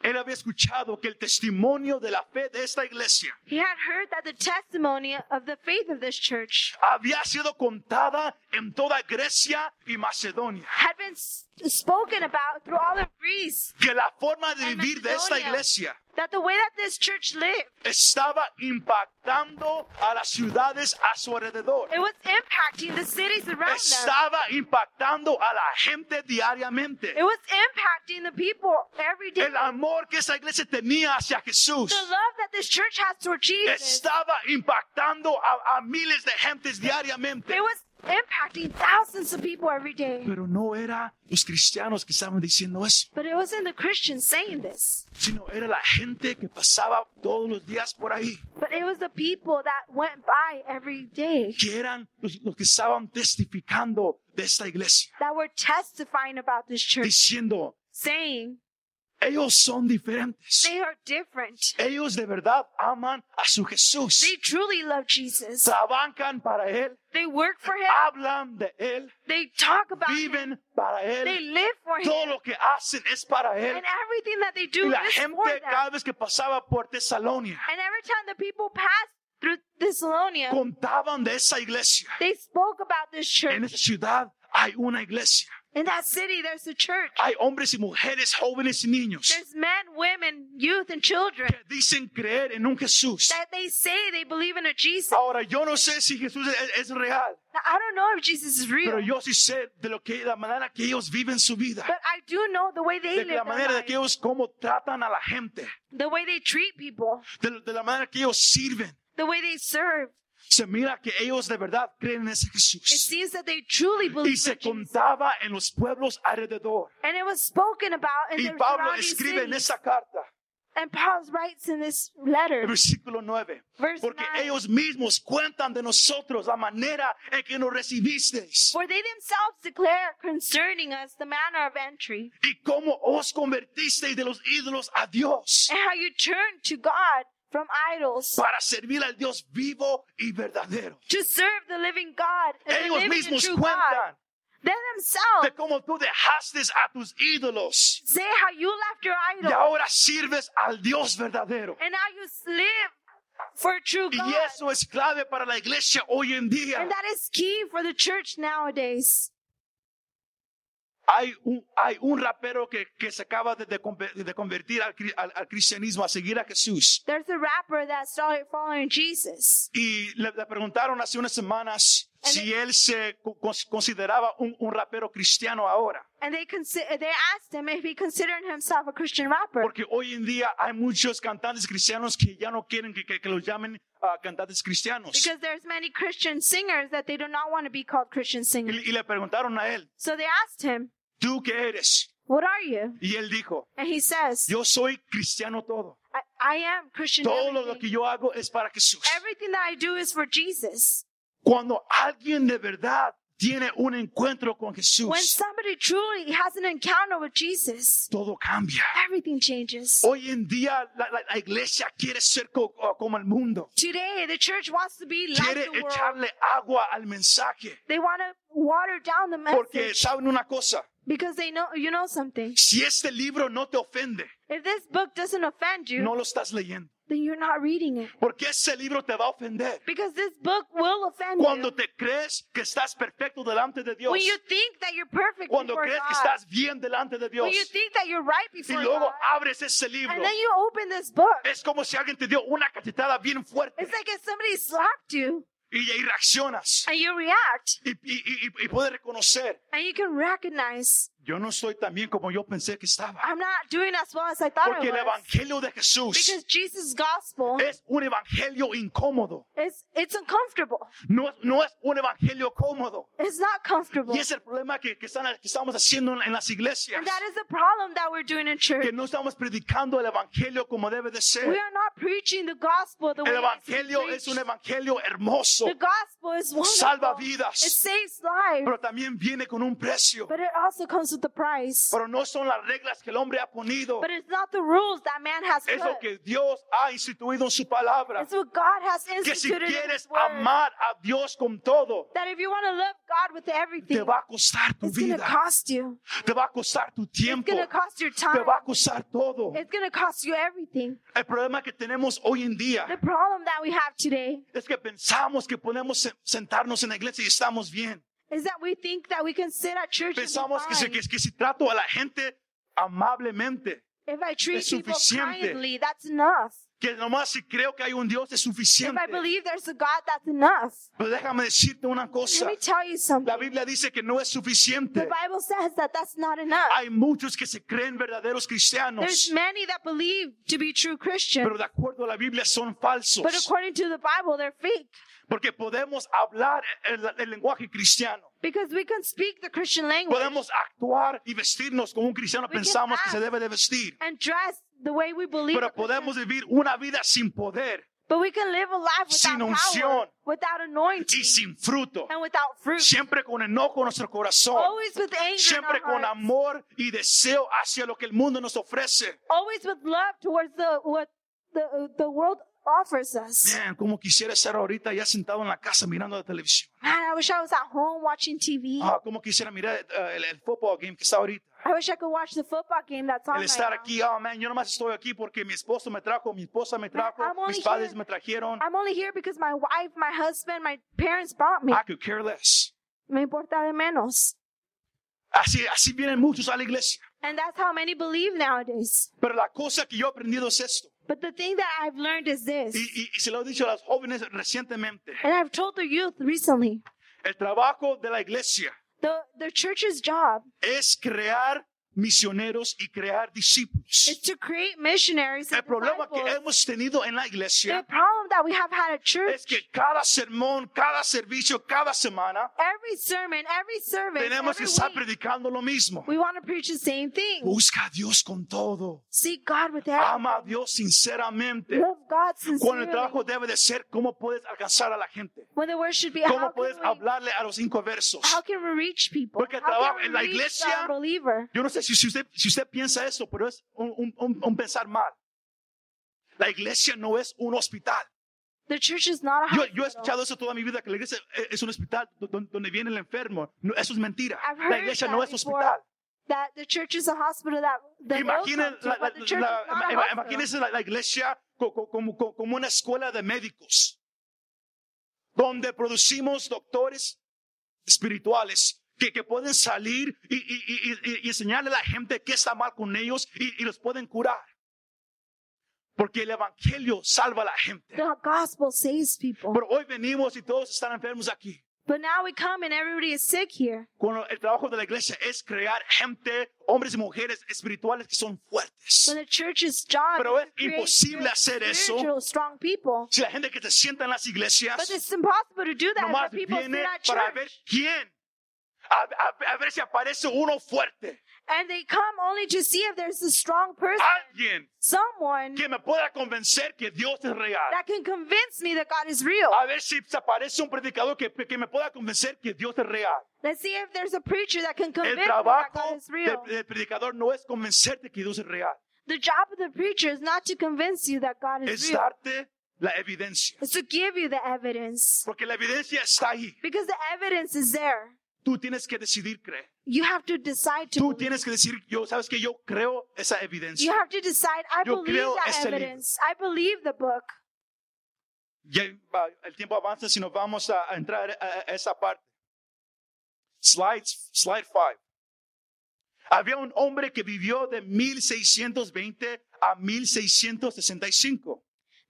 S1: él había escuchado que el testimonio de la fe de esta iglesia
S2: He had heard that the testimony of the faith of this church
S1: había sido contada en toda Grecia y Macedonia.
S2: had been s- spoken about through all of Greece.
S1: Que la forma de
S2: En
S1: vivir de esta
S2: Macedonia.
S1: iglesia
S2: That the way that this church lived,
S1: estaba impactando a las ciudades a su alrededor.
S2: it was impacting the cities around them.
S1: estaba impactando a la gente diariamente.
S2: It was impacting the people every day.
S1: El amor que esa iglesia tenía hacia Jesús
S2: The love that this church has toward Jesus,
S1: estaba impactando a, a miles de gentes diariamente.
S2: it was impacting thousands of people every day.
S1: Pero no era los cristianos que estaban diciendo eso,
S2: But it wasn't the Christians saying this.
S1: sino era la gente que pasaba todos los días por ahí,
S2: But it was the people that went by every day
S1: que eran los, los que estaban testificando de esta iglesia,
S2: that were testifying about this church,
S1: diciendo,
S2: saying
S1: ellos son diferentes.
S2: they are different.
S1: Ellos de verdad aman a su Jesús,
S2: They truly love Jesus.
S1: trabajan para Él,
S2: They work for him.
S1: hablan de Él,
S2: They talk about him.
S1: viven para
S2: They
S1: Él,
S2: live for him.
S1: todo lo que hacen es para
S2: And
S1: Él.
S2: everything that they
S1: Y
S2: do
S1: la
S2: is for
S1: gente
S2: them.
S1: cada vez que pasaba por Tesalonia
S2: And every time the people pass through Thessalonia,
S1: contaban de esa iglesia.
S2: they spoke about this
S1: En
S2: church.
S1: esa ciudad hay una iglesia.
S2: In that city, there's a church.
S1: Hay hombres y mujeres, jóvenes y niños
S2: There's men, women, youth, and children
S1: que dicen creer en un Jesús.
S2: that they say they believe in a Jesus.
S1: Ahora, yo no sé si Jesús es, es real,
S2: Now, I don't know if Jesus is real,
S1: pero yo sí sé de lo que, la manera que ellos viven su vida,
S2: but I do know the way
S1: de
S2: they
S1: la
S2: live, their
S1: manera de
S2: life,
S1: que ellos cómo tratan a la gente,
S2: the way they treat people,
S1: de, de la manera que ellos sirven.
S2: the way they serve.
S1: Se mira que ellos de verdad creen en ese
S2: It
S1: Jesús.
S2: seems that they truly believe
S1: Y
S2: in
S1: se
S2: Jesus.
S1: contaba en los pueblos alrededor.
S2: And it was spoken about in
S1: Y
S2: the
S1: Pablo
S2: surrounding
S1: escribe en
S2: cities.
S1: esa carta,
S2: And Paul writes in this letter,
S1: el versículo 9,
S2: verse
S1: porque
S2: 9,
S1: ellos mismos cuentan de nosotros la manera en que nos recibisteis.
S2: For they themselves declare concerning us the manner of entry,
S1: y cómo os convertisteis de los ídolos a Dios
S2: and how you turn to God from idols
S1: para servir al Dios vivo y verdadero.
S2: to serve the living God and the
S1: Ellos
S2: living and
S1: mismos
S2: true God.
S1: cuentan
S2: They
S1: de
S2: themselves
S1: cómo tú dejaste a tus ídolos
S2: say how you left your
S1: y
S2: idol,
S1: ahora sirves al Dios verdadero.
S2: and now you live for true
S1: Y
S2: God.
S1: eso es clave para la iglesia hoy en día.
S2: And that is key for the church nowadays.
S1: Hay un, hay un rapero que, que se acaba de, de conver- de convertir al, cri- al- al cristianismo, a seguir a Jesús.
S2: There's a rapper that started following Jesus.
S1: Y le, le preguntaron hace unas semanas
S2: And
S1: si él se co- cons- consideraba un- un rapero cristiano ahora.
S2: And they consi- they asked him if he considered himself a Christian rapper.
S1: Porque hoy en día hay muchos cantantes cristianos que ya no quieren que, que- que los llamen ah, cantantes cristianos.
S2: Because there's many Christian singers that they do not want to be called Christian
S1: Y,
S2: singers.
S1: y le preguntaron a él,
S2: So they asked him,
S1: ¿tú qué eres?
S2: What are you?
S1: Y él dijo,
S2: And he says,
S1: yo soy cristiano todo.
S2: I, I am Christian.
S1: Todo lo- lo que
S2: everything.
S1: yo hago es para Jesús.
S2: Everything that I do is for Jesus.
S1: Cuando alguien de verdad tiene un encuentro con
S2: When
S1: Jesús,
S2: somebody truly has an encounter with Jesus,
S1: todo cambia.
S2: everything changes.
S1: Hoy en día la, la- la iglesia quiere ser co- co- como el mundo.
S2: Today, the church wants to be like
S1: Quiere
S2: the world.
S1: echarle agua al mensaje.
S2: They want to water down the
S1: Porque
S2: message
S1: saben una cosa,
S2: because they know you know something.
S1: si este libro no te ofende,
S2: If this book doesn't offend you,
S1: no lo estás leyendo.
S2: then you're not reading it.
S1: Porque ese libro te va a ofender.
S2: Because this book will offend
S1: Cuando
S2: you.
S1: te crees que estás perfecto delante de Dios.
S2: When you think that you're perfect
S1: Cuando
S2: before
S1: crees que
S2: God,
S1: estás bien delante de Dios.
S2: when you think that you're right
S1: Y
S2: before
S1: luego
S2: God,
S1: abres ese libro.
S2: and then you open this book,
S1: Es como si alguien te dio una cachetada bien fuerte
S2: it's like if somebody slapped you
S1: y, y reaccionas.
S2: and you react
S1: Y, y- y- y- y puedes reconocer,
S2: and you can recognize,
S1: yo no soy tan bien como yo pensé que estaba.
S2: I'm not doing as well as I thought
S1: Porque
S2: I
S1: el
S2: was.
S1: Evangelio de Jesús
S2: Because Jesus' gospel
S1: es un Evangelio incómodo.
S2: is it's uncomfortable.
S1: No, es- no es un Evangelio cómodo.
S2: It's not comfortable.
S1: Y es el problema que, que están, que estamos haciendo en- en las iglesias.
S2: And that is the problem that we're doing in church.
S1: que no estamos predicando el evangelio como debe de
S2: We
S1: ser.
S2: are not preaching the gospel the way
S1: El
S2: it's been
S1: evangelio es
S2: preached.
S1: un evangelio hermoso,
S2: The gospel is wonderful.
S1: salva
S2: It
S1: vidas,
S2: saves lives,
S1: pero también viene con un precio.
S2: but it also comes with a price.
S1: Pero no son las reglas que el hombre ha ponido,
S2: But it's not the rules that man has
S1: es lo
S2: put.
S1: que Dios ha instituido en su palabra.
S2: It's what God has
S1: Que si
S2: instituted in His
S1: quieres
S2: word.
S1: amar a Dios con todo,
S2: That if you want to love God with
S1: te
S2: everything,
S1: va a costar tu
S2: it's going to
S1: vida,
S2: cost you.
S1: te va a costar tu
S2: It's
S1: tiempo,
S2: going to
S1: te
S2: cost your time.
S1: va a costar todo.
S2: It's going to cost you everything.
S1: El problema que tenemos hoy en
S2: The
S1: día
S2: problem that we have today
S1: es que pensamos que podemos se- sentarnos en la iglesia y estamos bien.
S2: is that we think that we can sit at church and be
S1: Pensamos que si,
S2: fine.
S1: que, que si trato a la gente amablemente,
S2: If I treat
S1: es
S2: people
S1: suficiente.
S2: kindly, that's enough.
S1: que nomás si creo que hay un Dios es
S2: If
S1: suficiente.
S2: I believe there's a God, that's enough.
S1: Pero déjame decirte una cosa.
S2: Let me tell you
S1: La
S2: something.
S1: Biblia dice que no es
S2: The
S1: suficiente.
S2: Bible says that that's not enough.
S1: Hay muchos que se creen verdaderos
S2: There's
S1: cristianos,
S2: many that believe to be true Christians,
S1: pero de acuerdo a la Biblia son
S2: but
S1: falsos.
S2: according to the Bible, they're fake.
S1: Porque podemos hablar el, el lenguaje cristiano.
S2: Because we can speak the Christian language
S1: Podemos actuar y vestirnos como un cristiano
S2: We can
S1: pensamos que
S2: act.
S1: se debe de vestir.
S2: and dress the way we believe.
S1: Pero
S2: the Christian-
S1: podemos vivir una vida sin poder
S2: But we can live a life
S1: Sin
S2: without
S1: unción.
S2: power, without anointing,
S1: y sin fruto.
S2: and without fruit.
S1: Siempre con enojo en nuestro corazón.
S2: Always with anger, in our
S1: siempre con
S2: hearts.
S1: amor y deseo hacia lo que el mundo nos ofrece.
S2: always with love towards the what the the world offers us.
S1: Man, como quisiera estar ahorita ya sentado en la casa mirando la televisión.
S2: Man, I wish I was at home watching TV.
S1: Ah, como quisiera mirar eh, el, el football game que está ahorita.
S2: I wish I could watch the football game that's on
S1: El
S2: right
S1: estar
S2: now.
S1: aquí, oh man, yo nomás estoy aquí porque mi esposo me trajo, mi esposa me trajo,
S2: I'm only
S1: mis padres
S2: here-
S1: me trajeron.
S2: I'm only here because my wife, my husband, my parents brought me.
S1: I could care less.
S2: Me importa de menos.
S1: Así, así vienen muchos a la iglesia.
S2: And that's how many believe nowadays.
S1: Pero la cosa que yo he aprendido es esto.
S2: But the thing that I've learned is this,
S1: Y, y- y se lo he dicho a las jóvenes recientemente.
S2: and I've told the youth recently,
S1: El trabajo de la iglesia
S2: the, the church's job
S1: es crear misioneros y crear
S2: is
S1: discípulos.
S2: to create missionaries and
S1: El problema que
S2: disciples.
S1: hemos tenido en la
S2: The
S1: iglesia
S2: problem that we have had at church,
S1: es que cada sermón, cada servicio, cada semana
S2: every sermon, every service,
S1: tenemos que estar
S2: every week,
S1: predicando lo mismo.
S2: we want to preach the same thing.
S1: Busca a Dios con todo.
S2: Seek God with
S1: Ama a
S2: everything.
S1: Dios sinceramente.
S2: Love God
S1: Cuando
S2: sincerely.
S1: el trabajo debe de ser, ¿cómo puedes alcanzar a la gente?
S2: When the word should be, how
S1: ¿Cómo
S2: can,
S1: puedes
S2: we,
S1: hablarle a los inconversos?
S2: how can we reach people?
S1: Porque el
S2: how
S1: trabajo
S2: can
S1: en
S2: we
S1: la
S2: reach
S1: iglesia-
S2: the unbeliever?
S1: Yo no sé si, si usted, si usted piensa eso, pero es un, un- un- un pensar mal. La iglesia no es un hospital.
S2: The church is not a
S1: Yo,
S2: hospital.
S1: yo he escuchado eso toda mi vida, que la iglesia es- es un hospital do- do- donde viene el enfermo. No, eso es mentira.
S2: I've heard
S1: La iglesia
S2: that
S1: no es
S2: before.
S1: hospital.
S2: that the church is a hospital that the
S1: Imaginen
S2: Imagine,
S1: la, la-
S2: the church
S1: la-
S2: is not a
S1: ima-
S2: hospital.
S1: imagínense la, la iglesia co- co- como, co- como una escuela de médicos, donde producimos doctores espirituales que, que pueden salir y, y- y- y- y enseñarle a la gente qué está mal con ellos y, y los pueden curar. Porque el evangelio salva a la gente.
S2: The gospel saves people.
S1: Pero hoy venimos y todos están enfermos aquí.
S2: but now we come and everybody is sick here.
S1: Cuando el trabajo de la iglesia es crear gente, hombres y mujeres espirituales que son fuertes.
S2: When the church's job
S1: Pero
S2: is
S1: es
S2: to create
S1: imposible hacer
S2: spiritual,
S1: eso.
S2: strong people.
S1: Si la gente que se sienta en las
S2: But
S1: iglesias
S2: it's impossible to do that
S1: nomás
S2: for people sit
S1: viene
S2: at
S1: para
S2: church.
S1: ver quién. A, a- a ver si aparece uno fuerte.
S2: And they come only to see if there's a strong person,
S1: Alguien Ah.
S2: someone
S1: que me pueda convencer que Dios es real.
S2: that can convince me that God is real.
S1: A ver si se aparece un predicador que, que me pueda convencer que Dios es real.
S2: Let's see if there's a preacher that can
S1: El
S2: convince me that God
S1: trabajo
S2: is
S1: del,
S2: real.
S1: del predicador no es convencerte que Dios es real.
S2: the job of the preacher is not to convince you that God is
S1: Es
S2: real.
S1: darte la evidencia.
S2: It's to give you the evidence.
S1: Porque la evidencia está ahí.
S2: Because the evidence is there.
S1: Tú tienes que decidir creer.
S2: You have to decide to
S1: Tú
S2: believe.
S1: tienes que decir, yo, sabes que yo creo esa evidencia.
S2: You have to decide, I
S1: Yo
S2: believe
S1: creo
S2: that
S1: este libro.
S2: evidence. I believe the book.
S1: Ya va- el tiempo avanza si nos vamos a, a entrar a, a esa parte. Slides, slide 5. Había un hombre que vivió de 1620 a 1665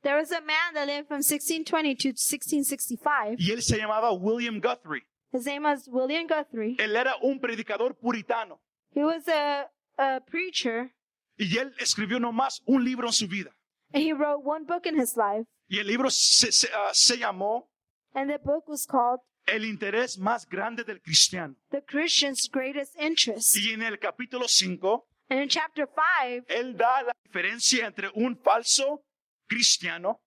S2: There was a man that lived from 1620 to 1665.
S1: y él se llamaba William Guthrie.
S2: His name was William Guthrie.
S1: Él era un predicador puritano
S2: He was a, a preacher,
S1: y él escribió nomás un libro en su vida.
S2: and he wrote one book in his life.
S1: Y el libro se, se- ah, se llamó
S2: And the book was called
S1: El interés más grande del cristiano.
S2: The Christian's Greatest Interest.
S1: Y en el capítulo 5,
S2: And in chapter 5
S1: él da la diferencia entre un falso cristiano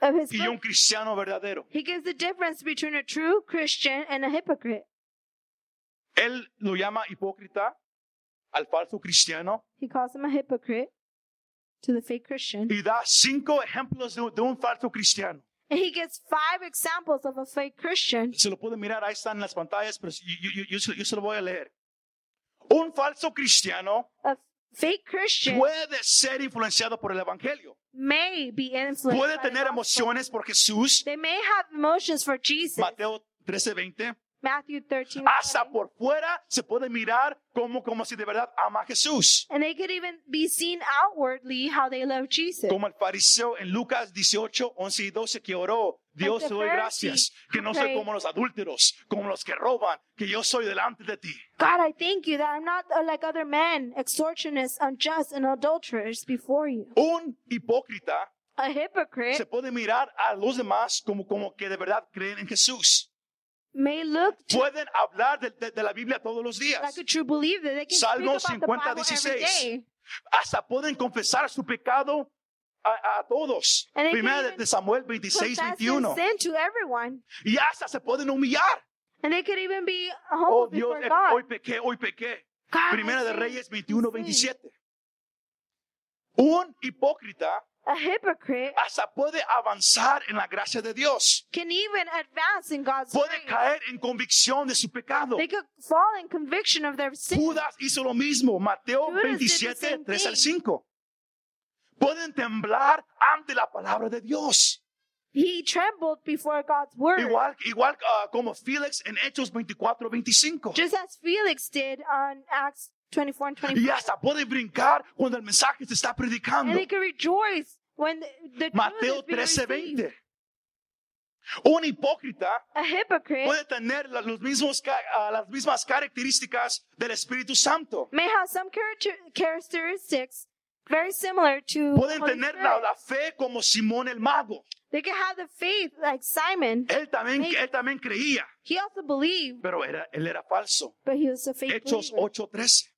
S2: of his
S1: y un
S2: book,
S1: cristiano verdadero.
S2: he gives the difference between a true Christian and a hypocrite.
S1: Él lo llama hipócrita al falso cristiano
S2: He calls him a hypocrite to the fake Christian.
S1: y da cinco ejemplos de, de un falso cristiano.
S2: And he gives five examples of a fake Christian.
S1: Se lo pueden mirar, ahí están en las pantallas, pero yo, yo- yo- yo se- yo se lo voy a leer. Un falso cristiano
S2: A fake Christian
S1: puede ser influenciado por el Evangelio,
S2: may be influenced.
S1: puede
S2: by the
S1: tener
S2: gospel.
S1: emociones por Jesús,
S2: They may have emotions for Jesus.
S1: Mateo Ah, 13:20,
S2: Matthew 13.
S1: hasta
S2: 20.
S1: por fuera se puede mirar como, como si de verdad ama a Jesús,
S2: And they could even be seen outwardly how they love Jesus.
S1: como el fariseo en Lucas 18, 11 y 12 que oró, Dios
S2: the
S1: te doy
S2: Pharisee
S1: gracias, que no
S2: who
S1: soy
S2: prayed.
S1: como los adúlteros, como los que roban, que yo soy delante de ti.
S2: God, I thank you that I'm not uh, like other men, extortionists, unjust, and adulterers before you.
S1: Un hipócrita
S2: A hypocrite
S1: se puede mirar a los demás como, como que de verdad creen en Jesús.
S2: may look to,
S1: Pueden hablar de, de- de la Biblia todos los días.
S2: like a true believer. They can
S1: Salmo
S2: speak
S1: 50,
S2: about the Bible every
S1: 16.
S2: day.
S1: Hasta pueden confesar su pecado a, a todos.
S2: And they
S1: Primera
S2: can
S1: de-
S2: even
S1: de Samuel 26,
S2: Confess their
S1: 21.
S2: sin to everyone.
S1: Y hasta se pueden humillar.
S2: And they could even be humble
S1: Oh Dios,
S2: before
S1: eh,
S2: God.
S1: hoy pequé, hoy pequé.
S2: God, I
S1: Primera de
S2: say,
S1: Reyes 21,
S2: Sí.
S1: 27. Un hipócrita
S2: A hypocrite
S1: hasta puede avanzar en la gracia de Dios.
S2: can even advance in God's
S1: Puede
S2: grace.
S1: caer en convicción de su pecado.
S2: They could fall in conviction of their sin.
S1: Judas hizo lo mismo, Mateo
S2: Judas did the
S1: 27,
S2: same
S1: 3 al
S2: thing.
S1: 5. Pueden temblar ante la palabra de Dios.
S2: He trembled before God's word,
S1: Igual, igual ah, como Félix en Hechos 24, 25.
S2: just as Felix did on Acts 24 and 25.
S1: Y hasta puede brincar cuando el mensaje se está predicando.
S2: And they could rejoice when the, the truth
S1: Mateo
S2: is being
S1: 13,
S2: received.
S1: 20. Un hipócrita
S2: A hypocrite
S1: puede tener la- los mismos ca- ah, las mismas características del Espíritu Santo.
S2: may have some character, characteristics very similar to the
S1: Pueden
S2: Holy
S1: tener la,
S2: Spirit.
S1: la fe como Simón el mago.
S2: They can have the faith like Simon.
S1: Él también,
S2: Sí.
S1: él también creía,
S2: He also believed,
S1: pero era, él era falso.
S2: but he was a faith
S1: Hechos
S2: believer.
S1: 8:13.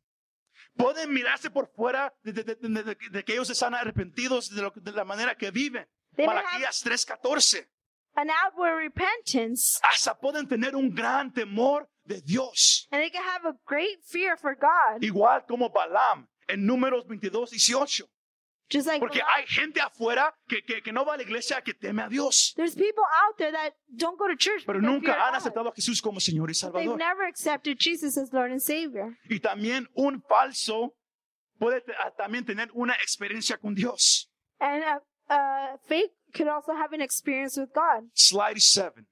S1: Pueden mirarse por fuera de, de- de- de- de- de que ellos están arrepentidos de, lo- de la manera que viven.
S2: They may have
S1: Malaquías 3:14.
S2: an outward repentance,
S1: Hasta pueden tener un gran temor de Dios.
S2: and they can have a great fear for God,
S1: Igual como Balaam en Números 22, 18.
S2: just like
S1: Porque
S2: Balaam.
S1: hay gente afuera que, que- que no va a la iglesia que teme a Dios,
S2: There's people out there that don't go to church,
S1: pero
S2: because they fear
S1: nunca han
S2: God.
S1: aceptado a Jesús como Señor y
S2: They've
S1: Salvador.
S2: never accepted Jesus as Lord and Savior.
S1: Y también un falso puede te- a- también tener una experiencia con Dios.
S2: And a, a fake could also have an experience with God.
S1: Slide 7.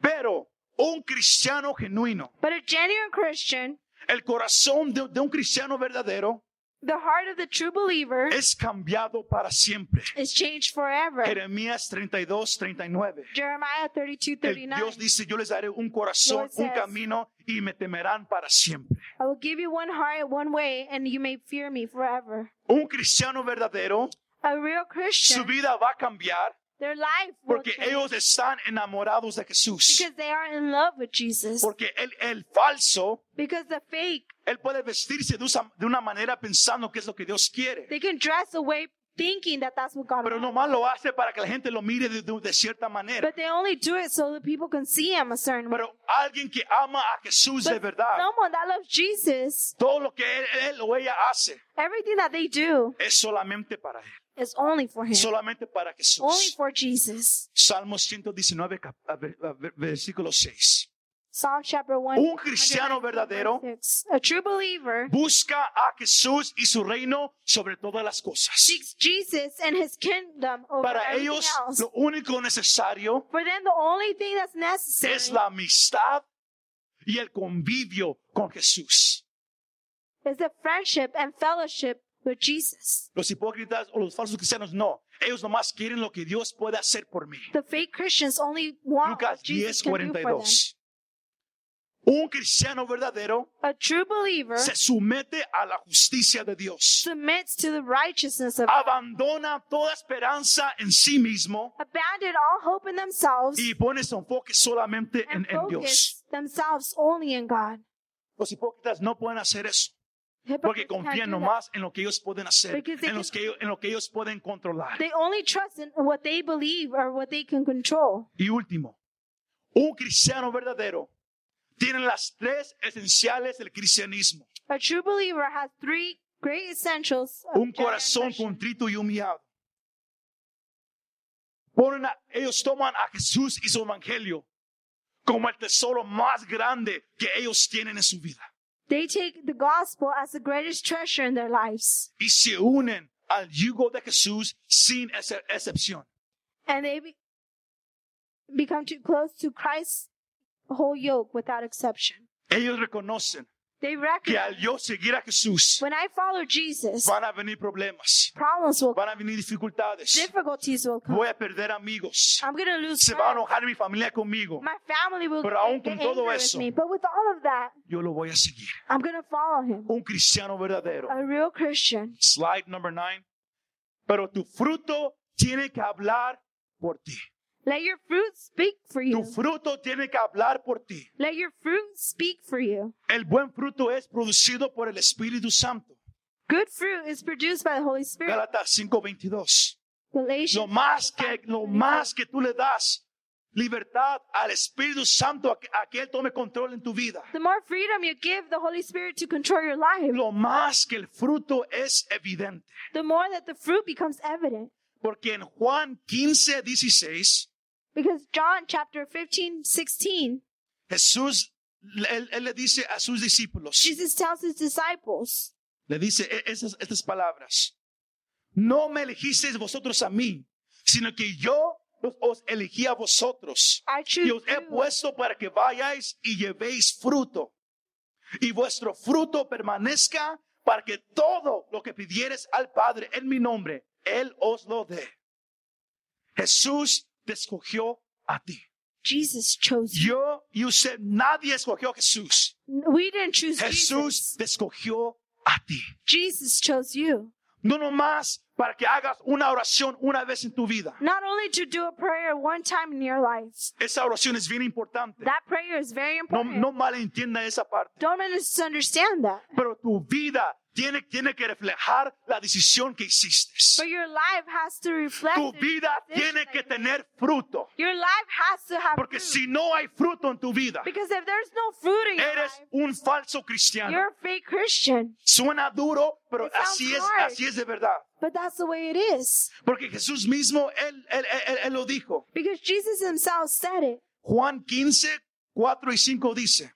S1: Pero un cristiano genuino,
S2: But a genuine Christian,
S1: el corazón de, de un cristiano verdadero
S2: the heart of the true believer,
S1: es cambiado para siempre.
S2: is changed forever.
S1: Jeremías 32, 39.
S2: Jeremiah 32,
S1: El
S2: 39.
S1: Dios dice, yo les daré un corazón,
S2: Lord
S1: un
S2: says-
S1: camino y me temerán para siempre.
S2: I will give you one heart, one way, and you may fear me forever.
S1: Un cristiano verdadero,
S2: A real Christian,
S1: su vida va a cambiar
S2: their life will
S1: porque
S2: change
S1: ellos están enamorados de Jesús.
S2: because they are in love with Jesus.
S1: Porque el, el falso,
S2: Because the fake,
S1: él puede vestirse de usa- de una manera pensando que es lo que Dios quiere.
S2: they can dress away thinking that that's what God
S1: Pero
S2: wants.
S1: nomás lo hace para que la gente lo mire de, de- de cierta manera.
S2: But they only do it so that people can see him a certain way.
S1: Pero alguien que ama a Jesús de
S2: But
S1: verdad,
S2: someone that loves Jesus,
S1: todo lo que él, él o ella hace
S2: everything that they do
S1: es solamente para él,
S2: is only for him.
S1: solamente para
S2: only
S1: Jesús.
S2: for Jesus.
S1: Salmo 119, cap- a ver- a ver- versículo 6.
S2: Psalm chapter 1.
S1: Un cristiano verdadero
S2: 196. A true believer
S1: busca a Jesús y su reino sobre todas las cosas.
S2: seeks Jesus and his kingdom over
S1: Para
S2: everything
S1: ellos
S2: else.
S1: lo único necesario
S2: For them, the only thing that's necessary
S1: es la amistad y el convivio con Jesús.
S2: is the friendship and fellowship with Jesus.
S1: Los hipócritas o los falsos cristianos no. Ellos nomás quieren lo que Dios puede hacer por mí.
S2: The fake Christians only want
S1: Lucas
S2: what Jesus
S1: 10,
S2: can do for them.
S1: 42. Un cristiano verdadero
S2: A true believer
S1: se somete a la justicia de Dios.
S2: submits to the righteousness of
S1: Abandona toda esperanza en sí mismo
S2: abandon all hope in themselves
S1: y pone su enfoque solamente en,
S2: and
S1: en Dios.
S2: focus themselves only in God.
S1: Los hipócritas no pueden hacer eso porque
S2: Hypocrites can't
S1: confían
S2: do that.
S1: nomás en lo que ellos pueden hacer,
S2: Because they
S1: en, los que, ellos- en lo que ellos pueden controlar.
S2: They only trust in what they believe or what they can control.
S1: Y último, un cristiano verdadero tiene las tres esenciales del cristianismo.
S2: A true believer has three great essentials. of
S1: Un
S2: genuine
S1: corazón
S2: Christian.
S1: contrito y humillado. Ponen a- ellos toman a Jesús y su evangelio como el tesoro más grande que ellos tienen en su vida.
S2: They take the gospel as the greatest treasure in their lives.
S1: Y se unen al yugo de Jesús sin ex- excepción.
S2: And they be- become too close to Christ's whole yoke without exception.
S1: Ellos reconocen
S2: They
S1: que
S2: recognize
S1: al yo seguir a Jesús
S2: when I follow Jesus,
S1: van a venir problemas,
S2: problems will come,
S1: van a venir dificultades,
S2: difficulties will come.
S1: voy a perder amigos,
S2: I'm going to lose
S1: se va a
S2: friends.
S1: enojar mi familia conmigo.
S2: My family will
S1: Pero aún
S2: get
S1: con todo
S2: angry
S1: eso-
S2: with me. But with all of that,
S1: Yo lo voy a seguir.
S2: I'm going to follow him.
S1: Un cristiano verdadero.
S2: A real Christian.
S1: Slide number nine. Pero tu fruto tiene que hablar por ti.
S2: Let your fruit speak for
S1: Tu
S2: you.
S1: fruto tiene que hablar por ti.
S2: Let your fruit speak for you.
S1: El buen fruto es producido por el Espíritu Santo.
S2: Good fruit is produced by the Holy Spirit.
S1: Gálatas 5:22. Lo
S2: Galatians.
S1: más que lo más que tú le das, libertad al Espíritu Santo a que, a que Él tome control en tu vida.
S2: the more freedom you give the Holy Spirit to control your life,
S1: Lo más que el fruto es evidente.
S2: the more that the fruit becomes evident.
S1: Porque en Juan 15, 16,
S2: Because John chapter 15, 16,
S1: Jesús, él, él le dice a sus discípulos,
S2: Jesus tells his disciples,
S1: le dice e- esas- estas palabras, no me elegisteis vosotros a mí, sino que yo los- os elegí a vosotros.
S2: I choose
S1: Y os he
S2: you.
S1: puesto para que vayáis y llevéis fruto. Y vuestro fruto permanezca para que todo lo que pidieres al Padre en mi nombre, Él os lo dé. Jesús te escogió a ti.
S2: Jesus chose you.
S1: Yo y usted, nadie escogió a Jesús.
S2: We didn't choose
S1: Jesús
S2: Jesus.
S1: te escogió a ti.
S2: Jesus chose you.
S1: No nomás para que hagas una oración una vez en tu vida.
S2: Not only to do a prayer one time in your life,
S1: Esa oración es bien importante.
S2: that prayer is very
S1: No,
S2: important.
S1: no malentienda esa parte.
S2: Don't misunderstand that.
S1: Pero tu vida tiene, tiene que reflejar la decisión que hiciste.
S2: But your life has to reflect.
S1: Tu
S2: the
S1: vida
S2: decision
S1: tiene
S2: that
S1: que
S2: you made.
S1: tener fruto.
S2: Your life has to have
S1: Porque
S2: fruit.
S1: si no hay fruto en tu vida,
S2: because if there's no fruit in your
S1: eres
S2: life,
S1: un falso cristiano.
S2: you're a fake Christian.
S1: Suena duro, pero
S2: It sounds
S1: así es,
S2: hard.
S1: así es de verdad.
S2: But that's the way it is.
S1: Porque Jesús mismo, él, él, él, él lo dijo.
S2: Because Jesus himself said it.
S1: Juan 15, 4 y 5 dice,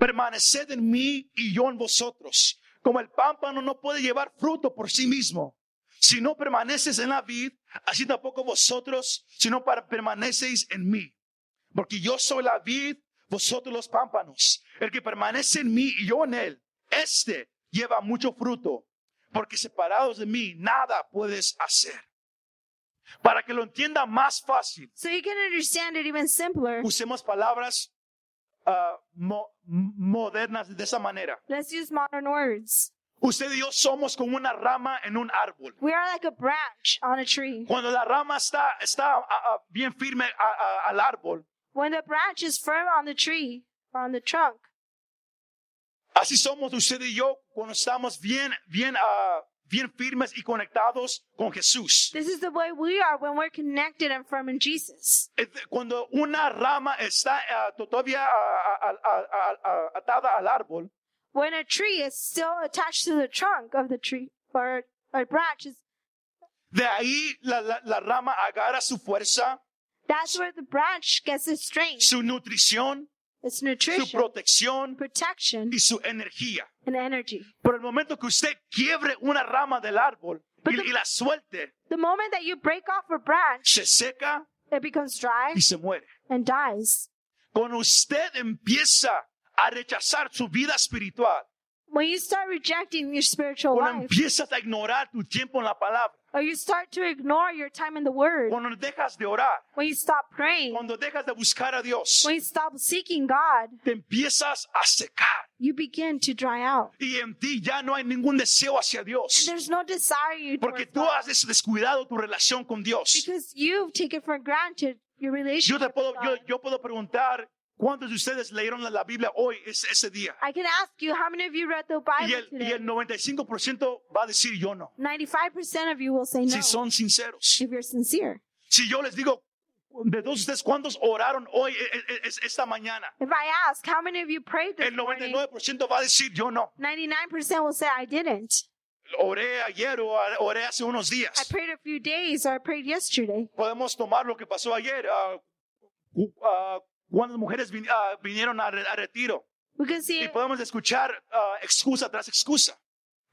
S1: permaneced en mí y yo en vosotros. Como el pámpano no puede llevar fruto por sí mismo, si no permaneces en la vid, así tampoco vosotros, si no para- permanecéis en mí. Porque yo soy la vid, vosotros los pámpanos. El que permanece en mí y yo en él, este lleva mucho fruto, porque separados de mí nada puedes hacer. Para que lo entienda más fácil,
S2: So you can understand it even simpler.
S1: usemos palabras ah, mo- m- modernas de esa manera.
S2: Let's use modern words.
S1: Usted y yo somos como una rama en un árbol.
S2: We are like a branch on a tree.
S1: Cuando la rama está, está ah, ah, bien firme a- a- al árbol,
S2: When the branch is firm on the tree or on the trunk,
S1: así somos usted y yo cuando estamos bien, bien, ah, bien firmes y conectados con Jesús.
S2: this is the way we are when we're connected and firm in Jesus.
S1: Eh, Cuando una rama está ah, todavía ah, ah, ah, ah, ah, atada al árbol,
S2: When a tree is still attached to the trunk of the tree or a branch, is,
S1: de ahí la- la- la rama agarra su fuerza,
S2: that's where the branch gets its strength,
S1: su nutrición,
S2: its
S1: su
S2: nutrition,
S1: protección
S2: protection,
S1: y su energía.
S2: and energy.
S1: Por el momento que usted quiebre una rama del árbol y,
S2: Pero-
S1: y la suelte,
S2: The moment that you break off a branch,
S1: se seca
S2: it becomes dry
S1: y se muere.
S2: and dies.
S1: Cuando usted empieza a rechazar su vida espiritual,
S2: When you start rejecting your spiritual
S1: cuando
S2: life,
S1: empiezas a ignorar tu tiempo en la palabra,
S2: or you start to ignore your time in the Word,
S1: cuando dejas de orar,
S2: when you stop praying,
S1: cuando dejas de buscar a Dios,
S2: when you stop seeking God,
S1: te empiezas a secar
S2: you begin to dry out.
S1: y en ti ya no hay ningún deseo hacia Dios,
S2: There's no desire you
S1: porque
S2: towards
S1: tú
S2: God.
S1: has des- descuidado tu relación con Dios.
S2: because you've taken for granted your
S1: Yo, te
S2: relationship.
S1: puedo,
S2: with
S1: yo,
S2: God.
S1: yo puedo preguntar cuántos de ustedes leyeron la, la Biblia hoy, es- ese día.
S2: I can ask you how many of you read the Bible
S1: Y el, y
S2: today?
S1: el 95% va a decir yo no,
S2: 95% of you will say no
S1: si son sinceros.
S2: if you're sincere.
S1: Si yo les digo, de todos ustedes, ¿cuántos oraron hoy, e- e- e- esta mañana?
S2: If I ask how many of you prayed this
S1: El
S2: morning,
S1: 99% va a decir yo no.
S2: 99% will say I didn't.
S1: Oré ayer o a- oré hace unos
S2: I
S1: días.
S2: prayed a few days or I prayed yesterday.
S1: Podemos tomar lo que pasó ayer. ah, cu- ah, ¿Cuántas mujeres vin- ah, vinieron a, re- a retiro?
S2: We can see
S1: Y podemos escuchar ah, excusa tras excusa.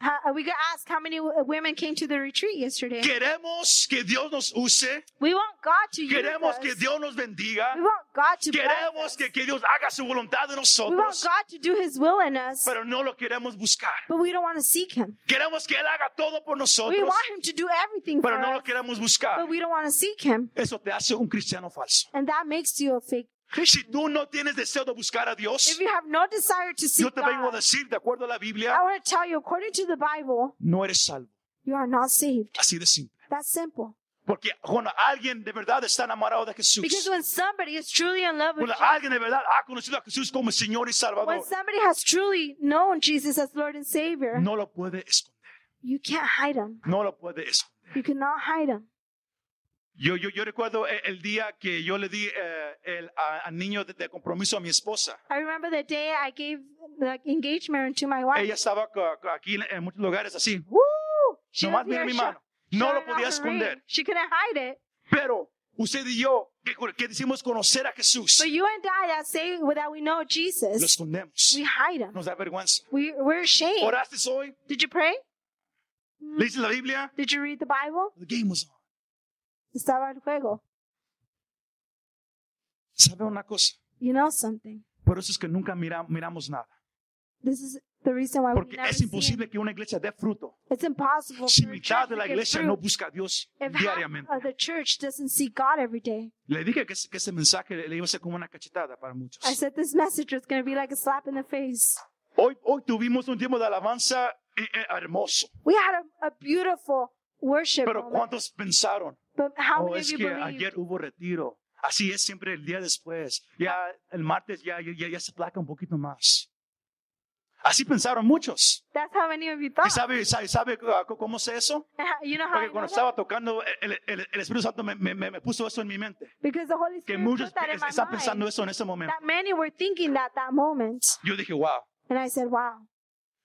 S2: how, uh, we can ask how many w- women came to the retreat yesterday.
S1: Queremos que Dios nos use.
S2: We want God to use
S1: Queremos
S2: us.
S1: que Dios nos bendiga.
S2: We want God to bless
S1: Queremos
S2: us.
S1: que, que Dios haga su voluntad en
S2: We want
S1: nosotros,
S2: God to do His will in us,
S1: pero no lo queremos buscar.
S2: but we don't want to seek Him.
S1: Queremos que Él haga todo por
S2: We
S1: nosotros,
S2: want Him to do everything for
S1: pero no
S2: us,
S1: lo queremos buscar.
S2: but we don't want to seek Him.
S1: Eso te hace un cristiano falso.
S2: And that makes you a fake
S1: Si
S2: Christian.
S1: tú no tienes deseo de buscar a
S2: If
S1: Dios,
S2: you have no desire to
S1: yo
S2: seek
S1: te vengo a
S2: God,
S1: decir, de acuerdo a la
S2: I
S1: Biblia,
S2: want to tell you, according to the Bible,
S1: no eres salvo.
S2: you are not saved.
S1: Así de simple.
S2: That's simple.
S1: Porque cuando alguien de verdad está enamorado de
S2: Because
S1: Jesús,
S2: when somebody is truly in love with
S1: cuando
S2: Jesus,
S1: alguien de verdad ha conocido a Jesús como Señor y
S2: when
S1: Salvador,
S2: somebody has truly known Jesus as Lord and Savior,
S1: no lo puede esconder.
S2: you can't hide Him.
S1: No lo puede esconder.
S2: You cannot hide Him.
S1: Yo, yo, yo recuerdo e- el día que yo le di eh, el a- al niño de, de compromiso a mi esposa.
S2: I remember the day I gave the engagement ring to my wife.
S1: Ella estaba co- co- aquí en- en muchos lugares así.
S2: Woo! She
S1: Nomás
S2: was
S1: mira
S2: here
S1: mi
S2: sho-
S1: mano. No lo
S2: showing off
S1: podía
S2: her ring.
S1: esconder.
S2: She couldn't hide it.
S1: Pero usted y yo, que, que decimos conocer a Jesús,
S2: But you and I that say that we know
S1: lo
S2: Jesus,
S1: escondemos.
S2: we hide him.
S1: Nos da vergüenza.
S2: We, we're ashamed.
S1: ¿Oraste hoy?
S2: Did you pray? Mm.
S1: ¿Leíste la Biblia?
S2: Did you read the Bible?
S1: The game was on.
S2: Estaba el juego.
S1: ¿Sabe una cosa?
S2: You know something.
S1: Por eso es que nunca mira- miramos nada.
S2: This is the reason why we
S1: Porque
S2: never
S1: es
S2: see him.
S1: imposible que una iglesia dé fruto
S2: It's impossible
S1: si
S2: for a
S1: mitad
S2: church
S1: de la
S2: to get
S1: iglesia no
S2: fruit
S1: busca a Dios
S2: if
S1: diariamente.
S2: half of the church doesn't see God every day.
S1: Le dije que, que este mensaje le iba a ser como una cachetada para muchos.
S2: I said this message was going to be like a slap in the face.
S1: Hoy, hoy tuvimos un tiempo de alabanza eh, eh, hermoso,
S2: We had a, a beautiful worship
S1: pero
S2: moment,
S1: ¿cuántos pensaron?
S2: but how
S1: Oh,
S2: many
S1: es
S2: of you
S1: que
S2: believe?
S1: ayer hubo retiro. Así es siempre el día después. Ya el martes ya, ya, ya se placa un poquito más. Así pensaron muchos.
S2: That's how many of you
S1: ¿Y
S2: thought.
S1: sabe, sabe, sabe uh, cómo es eso?
S2: Ah. You know how
S1: Porque
S2: I know
S1: cuando
S2: that?
S1: estaba tocando, eh, el, el- el Espíritu Santo me, me- me- me puso eso en mi mente.
S2: because the Holy
S1: Que
S2: Spirit
S1: muchos
S2: put that in
S1: es-
S2: my
S1: están
S2: mind.
S1: pensando eso en ese momento.
S2: That many were thinking that that moment,
S1: Yo dije, wow,
S2: and I said, "Wow,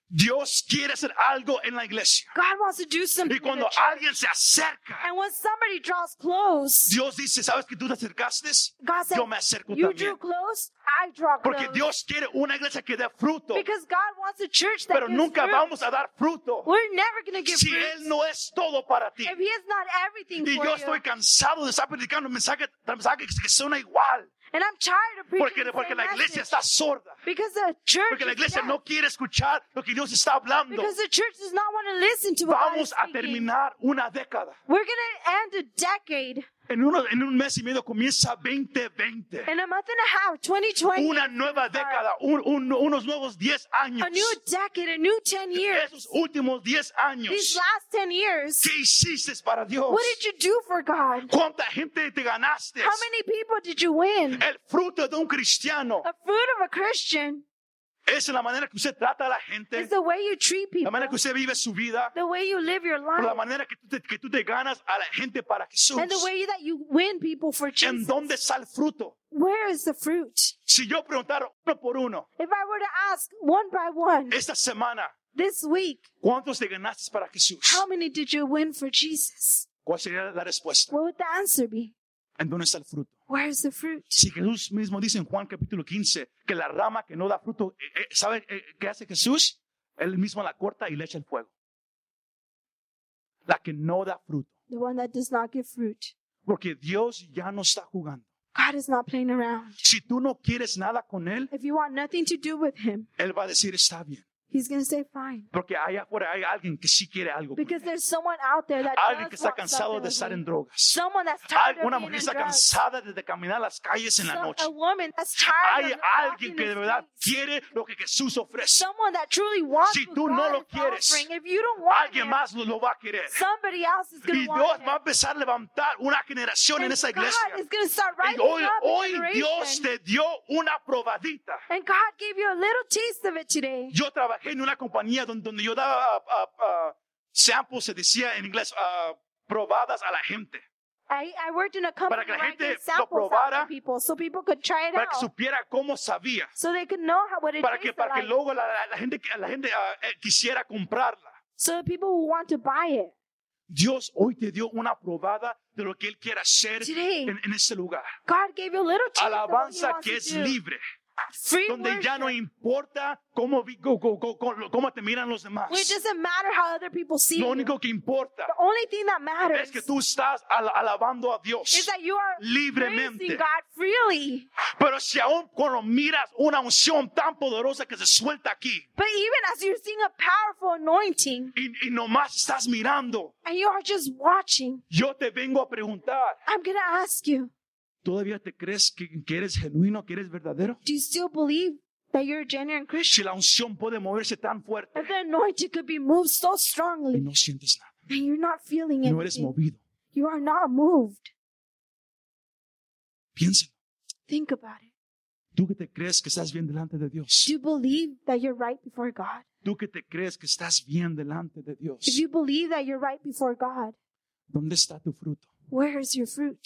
S1: Dios quiere hacer algo en la iglesia.
S2: God wants to do something."
S1: Y
S2: in the
S1: cuando
S2: church.
S1: alguien se acerca,
S2: and when somebody draws close,
S1: Dios dice, ¿sabes que tú te acercaste?
S2: God said,
S1: Yo me acerco
S2: "You
S1: también.
S2: drew close, I draw close."
S1: Porque Dios quiere una iglesia que dé fruto.
S2: because God wants a church that
S1: Pero
S2: gives
S1: nunca
S2: fruit.
S1: vamos a dar fruto
S2: We're never going to give
S1: si
S2: fruit
S1: Él no es todo para ti.
S2: if He is not everything
S1: Y
S2: for
S1: yo
S2: you.
S1: estoy cansado de estar predicando mensajes mensajes que suena igual.
S2: and I'm tired of preaching
S1: Porque,
S2: the
S1: porque
S2: same
S1: la iglesia
S2: message.
S1: está sorda.
S2: Because the church
S1: Porque la
S2: is
S1: iglesia
S2: deaf.
S1: no quiere escuchar lo que Dios está hablando.
S2: Because the church does not want to listen to what God is
S1: Vamos a
S2: speaking.
S1: terminar una década.
S2: We're going to end a decade
S1: En, uno, en un mes y medio comienza 2020.
S2: in a month and a half, 2020.
S1: Una nueva década, un- un- unos nuevos 10 años.
S2: a new decade, a new 10 years.
S1: Esos últimos 10
S2: These
S1: años.
S2: last 10 years,
S1: ¿Qué hiciste para Dios?
S2: what did you do for God?
S1: ¿Cuánta gente te ganaste?
S2: How many people did you win?
S1: El fruto de un cristiano
S2: A fruit of a Christian
S1: es la manera que usted trata a la gente,
S2: is the way you treat
S1: la
S2: people,
S1: manera que usted vive su vida,
S2: the way you live your
S1: la
S2: life,
S1: manera que tú te, que tú te ganas a la gente para Jesús.
S2: and the way that you win people for
S1: ¿En
S2: Jesus.
S1: dónde está el fruto?
S2: Where is the fruit?
S1: Si yo preguntara uno por uno,
S2: If I were to ask one by one
S1: esta semana,
S2: this week,
S1: ¿cuántos te ganaste para Jesús?
S2: how many did you win for Jesus?
S1: ¿Cuál sería la respuesta?
S2: What would the answer be?
S1: ¿En dónde está el fruto?
S2: Where is the fruit?
S1: Si Jesús mismo dice en Juan capítulo 15 que la rama que no da fruto, eh, eh, ¿sabe eh, qué hace Jesús? Él mismo la corta y le echa el fuego. La que no da fruto.
S2: The one that does not give fruit.
S1: Porque Dios ya no está jugando.
S2: God is not playing around.
S1: Si tú no quieres nada con Él,
S2: If you want nothing to do with Him,
S1: Él va a decir está bien.
S2: He's going to say, fine.
S1: Porque allá afuera hay alguien que sí quiere algo. con
S2: Because
S1: él.
S2: there's someone out there that
S1: Alguien que
S2: does
S1: está
S2: want
S1: cansado
S2: something
S1: de
S2: with
S1: estar
S2: me.
S1: en drogas.
S2: Someone that's tired
S1: Alguna
S2: of
S1: mujer
S2: being
S1: que
S2: in
S1: está
S2: drugs.
S1: cansada de caminar las calles en la
S2: Some-
S1: noche.
S2: a woman that's tired
S1: Hay
S2: of
S1: alguien
S2: walking
S1: que
S2: the
S1: de verdad
S2: streets.
S1: quiere lo que Jesús ofrece.
S2: Someone that truly wants
S1: Si
S2: what
S1: tú no
S2: God
S1: lo
S2: is
S1: quieres,
S2: offering. If you don't want
S1: Alguien
S2: him,
S1: más lo, lo va a querer.
S2: somebody else is going
S1: Y
S2: to want
S1: Dios
S2: him.
S1: va a empezar a levantar una generación en
S2: and
S1: esa
S2: God
S1: iglesia.
S2: is going to start
S1: Y
S2: rising
S1: hoy,
S2: up a
S1: hoy Dios
S2: generation.
S1: te dio una probadita.
S2: And God gave you a little taste of it today.
S1: Yo trabajé en una compañía donde, donde yo daba ah, ah, ah, samples, se decía en inglés, ah, probadas a la gente.
S2: I, I worked in a company
S1: que la
S2: where I
S1: gente
S2: gave
S1: lo
S2: samples out
S1: probara,
S2: to people so people could try it
S1: Para que
S2: out.
S1: supiera cómo sabía.
S2: So they could know how, what it
S1: Para que,
S2: tasted
S1: para que
S2: like.
S1: luego la, la- la gente, la gente ah, eh, quisiera comprarla.
S2: so that people will want to buy it.
S1: Dios hoy te dio una probada de lo que Él quiere hacer
S2: Today,
S1: en, en este lugar.
S2: God gave you a little taste of what he
S1: Alabanza
S2: wants
S1: que
S2: to
S1: es
S2: do.
S1: libre.
S2: Free
S1: donde ya
S2: worship,
S1: no importa cómo, vi- co- co- co- co- cómo te miran los demás.
S2: where it doesn't matter how other people see
S1: Lo
S2: you.
S1: único que importa
S2: The only thing that matters
S1: es que tú estás al- alabando a
S2: is
S1: Dios
S2: that you are
S1: libremente.
S2: praising God freely.
S1: Pero si aún cuando miras una unción tan poderosa que se suelta aquí
S2: But even as you're seeing a powerful anointing
S1: y, y nomás estás mirando,
S2: and you are just watching,
S1: yo te vengo a preguntar,
S2: I'm going to ask you,
S1: ¿todavía te crees que, que eres genuino, que eres verdadero?
S2: do you still believe that you're a genuine Christian?
S1: Si la unción puede moverse tan fuerte
S2: If the anointing could be moved so
S1: y
S2: strongly
S1: no sientes nada,
S2: and you're not feeling
S1: no eres
S2: anything,
S1: movido,
S2: you are not moved.
S1: piénsalo.
S2: Think about it.
S1: Tú que te crees que estás bien delante de Dios.
S2: Do you believe that you're right before God?
S1: Tú que te crees que estás bien delante de Dios,
S2: If you believe that you're right before God,
S1: ¿dónde está tu fruto?
S2: Where is your fruit?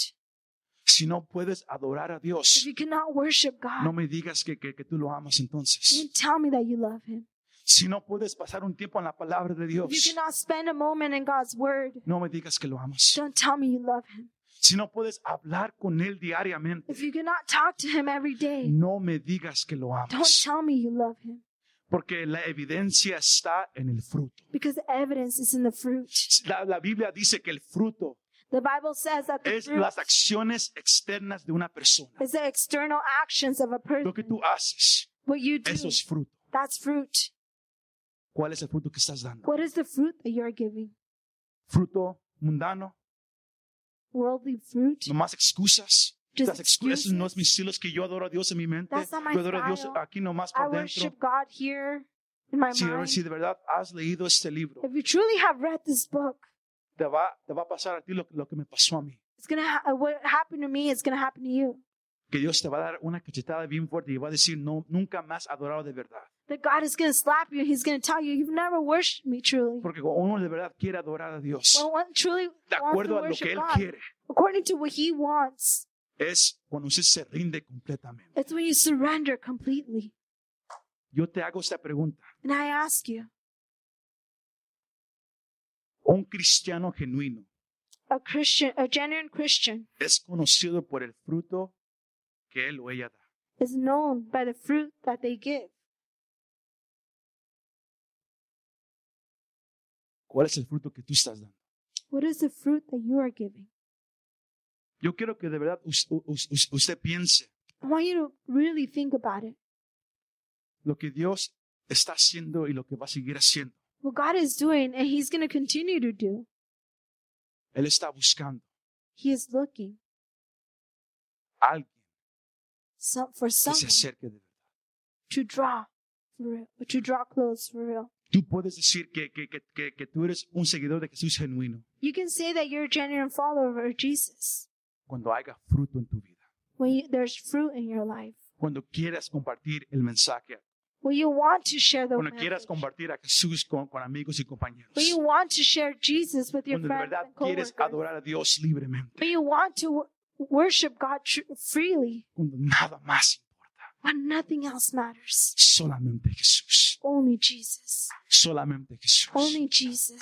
S1: Si no puedes adorar a
S2: If
S1: Dios,
S2: you cannot worship
S1: no
S2: God,
S1: me digas que, que- que tú lo amas entonces.
S2: then tell me that you love Him.
S1: Si no puedes pasar un tiempo en la palabra de
S2: If you
S1: Dios,
S2: cannot spend a moment in God's Word,
S1: no me digas que lo amas.
S2: don't tell me you love Him.
S1: Si no puedes hablar con Él diariamente,
S2: If you cannot talk to Him every day,
S1: no me digas que lo
S2: don't
S1: amas.
S2: tell me you love Him.
S1: Porque la evidencia está en el fruto.
S2: Because the evidence is in the fruit.
S1: La, la Biblia dice que el fruto
S2: The Bible says that the
S1: es
S2: fruit
S1: las acciones externas de una persona.
S2: is the external actions of a
S1: Lo que
S2: person.
S1: tú haces,
S2: What you do,
S1: eso es fruto.
S2: that's fruit.
S1: ¿Cuál es el fruto que estás dando?
S2: What is the fruit that you're giving?
S1: ¿Fruto mundano?
S2: Worldly fruit?
S1: ¿Nomás excusas?
S2: Just
S1: Las excu- esos no es
S2: excuses?
S1: mis estilo, es que yo adoro a Dios en mi mente.
S2: That's not my
S1: Yo adoro a Dios
S2: style.
S1: aquí nomás
S2: I
S1: por dentro.
S2: worship God here in my
S1: Si, de-
S2: mind.
S1: si de verdad has leído este libro,
S2: If you truly have read this book,
S1: te va, te va a pasar a ti lo, lo que me pasó a mí.
S2: it's gonna ha- what happened to me is gonna happen to you.
S1: Que Dios te va a dar una cachetada bien fuerte y va a decir, no, nunca más adorado de verdad.
S2: That God is gonna slap you. He's gonna tell you you've never worshipped me truly.
S1: Porque cuando uno de verdad quiere adorar a Dios,
S2: When one truly
S1: de
S2: wants to
S1: acuerdo a lo que
S2: worship
S1: Él
S2: God,
S1: quiere,
S2: according to what He wants,
S1: es cuando usted se rinde completamente.
S2: it's when you surrender completely.
S1: Yo te hago esta pregunta.
S2: And I ask you,
S1: Un cristiano genuino
S2: a Christian, a genuine Christian,
S1: es conocido por el fruto que él o ella da.
S2: is known by the fruit that they give.
S1: ¿Cuál es el fruto que tú estás dando?
S2: What is the fruit that you are giving?
S1: Yo quiero que de verdad us- u- us- us- usted piense
S2: I want you to really think about it.
S1: lo que Dios está haciendo y lo que va a seguir haciendo.
S2: What God is doing and He's going to continue to do,
S1: Él está buscando
S2: He is looking
S1: a alguien
S2: some, for
S1: que se
S2: someone
S1: acerque de verdad.
S2: to draw, for real, to draw close for real.
S1: Tú puedes decir que, que, que, que, que tú eres un seguidor de Jesús genuino
S2: You can say that you're a genuine follower of Jesus
S1: cuando haya fruto en tu vida,
S2: when you, there's fruit in your life,
S1: cuando quieras compartir el mensaje,
S2: when you want to share the
S1: cuando quieras
S2: message,
S1: compartir a Jesús con, con amigos y compañeros,
S2: when you want to share Jesus with your
S1: cuando de
S2: friends
S1: verdad
S2: and
S1: quieres
S2: coworkers,
S1: adorar a Dios libremente,
S2: when you want to wor- worship God tr- freely,
S1: cuando nada más importa,
S2: when nothing else matters.
S1: solamente Jesús,
S2: Only Jesus.
S1: solamente Jesús.
S2: Only Jesus.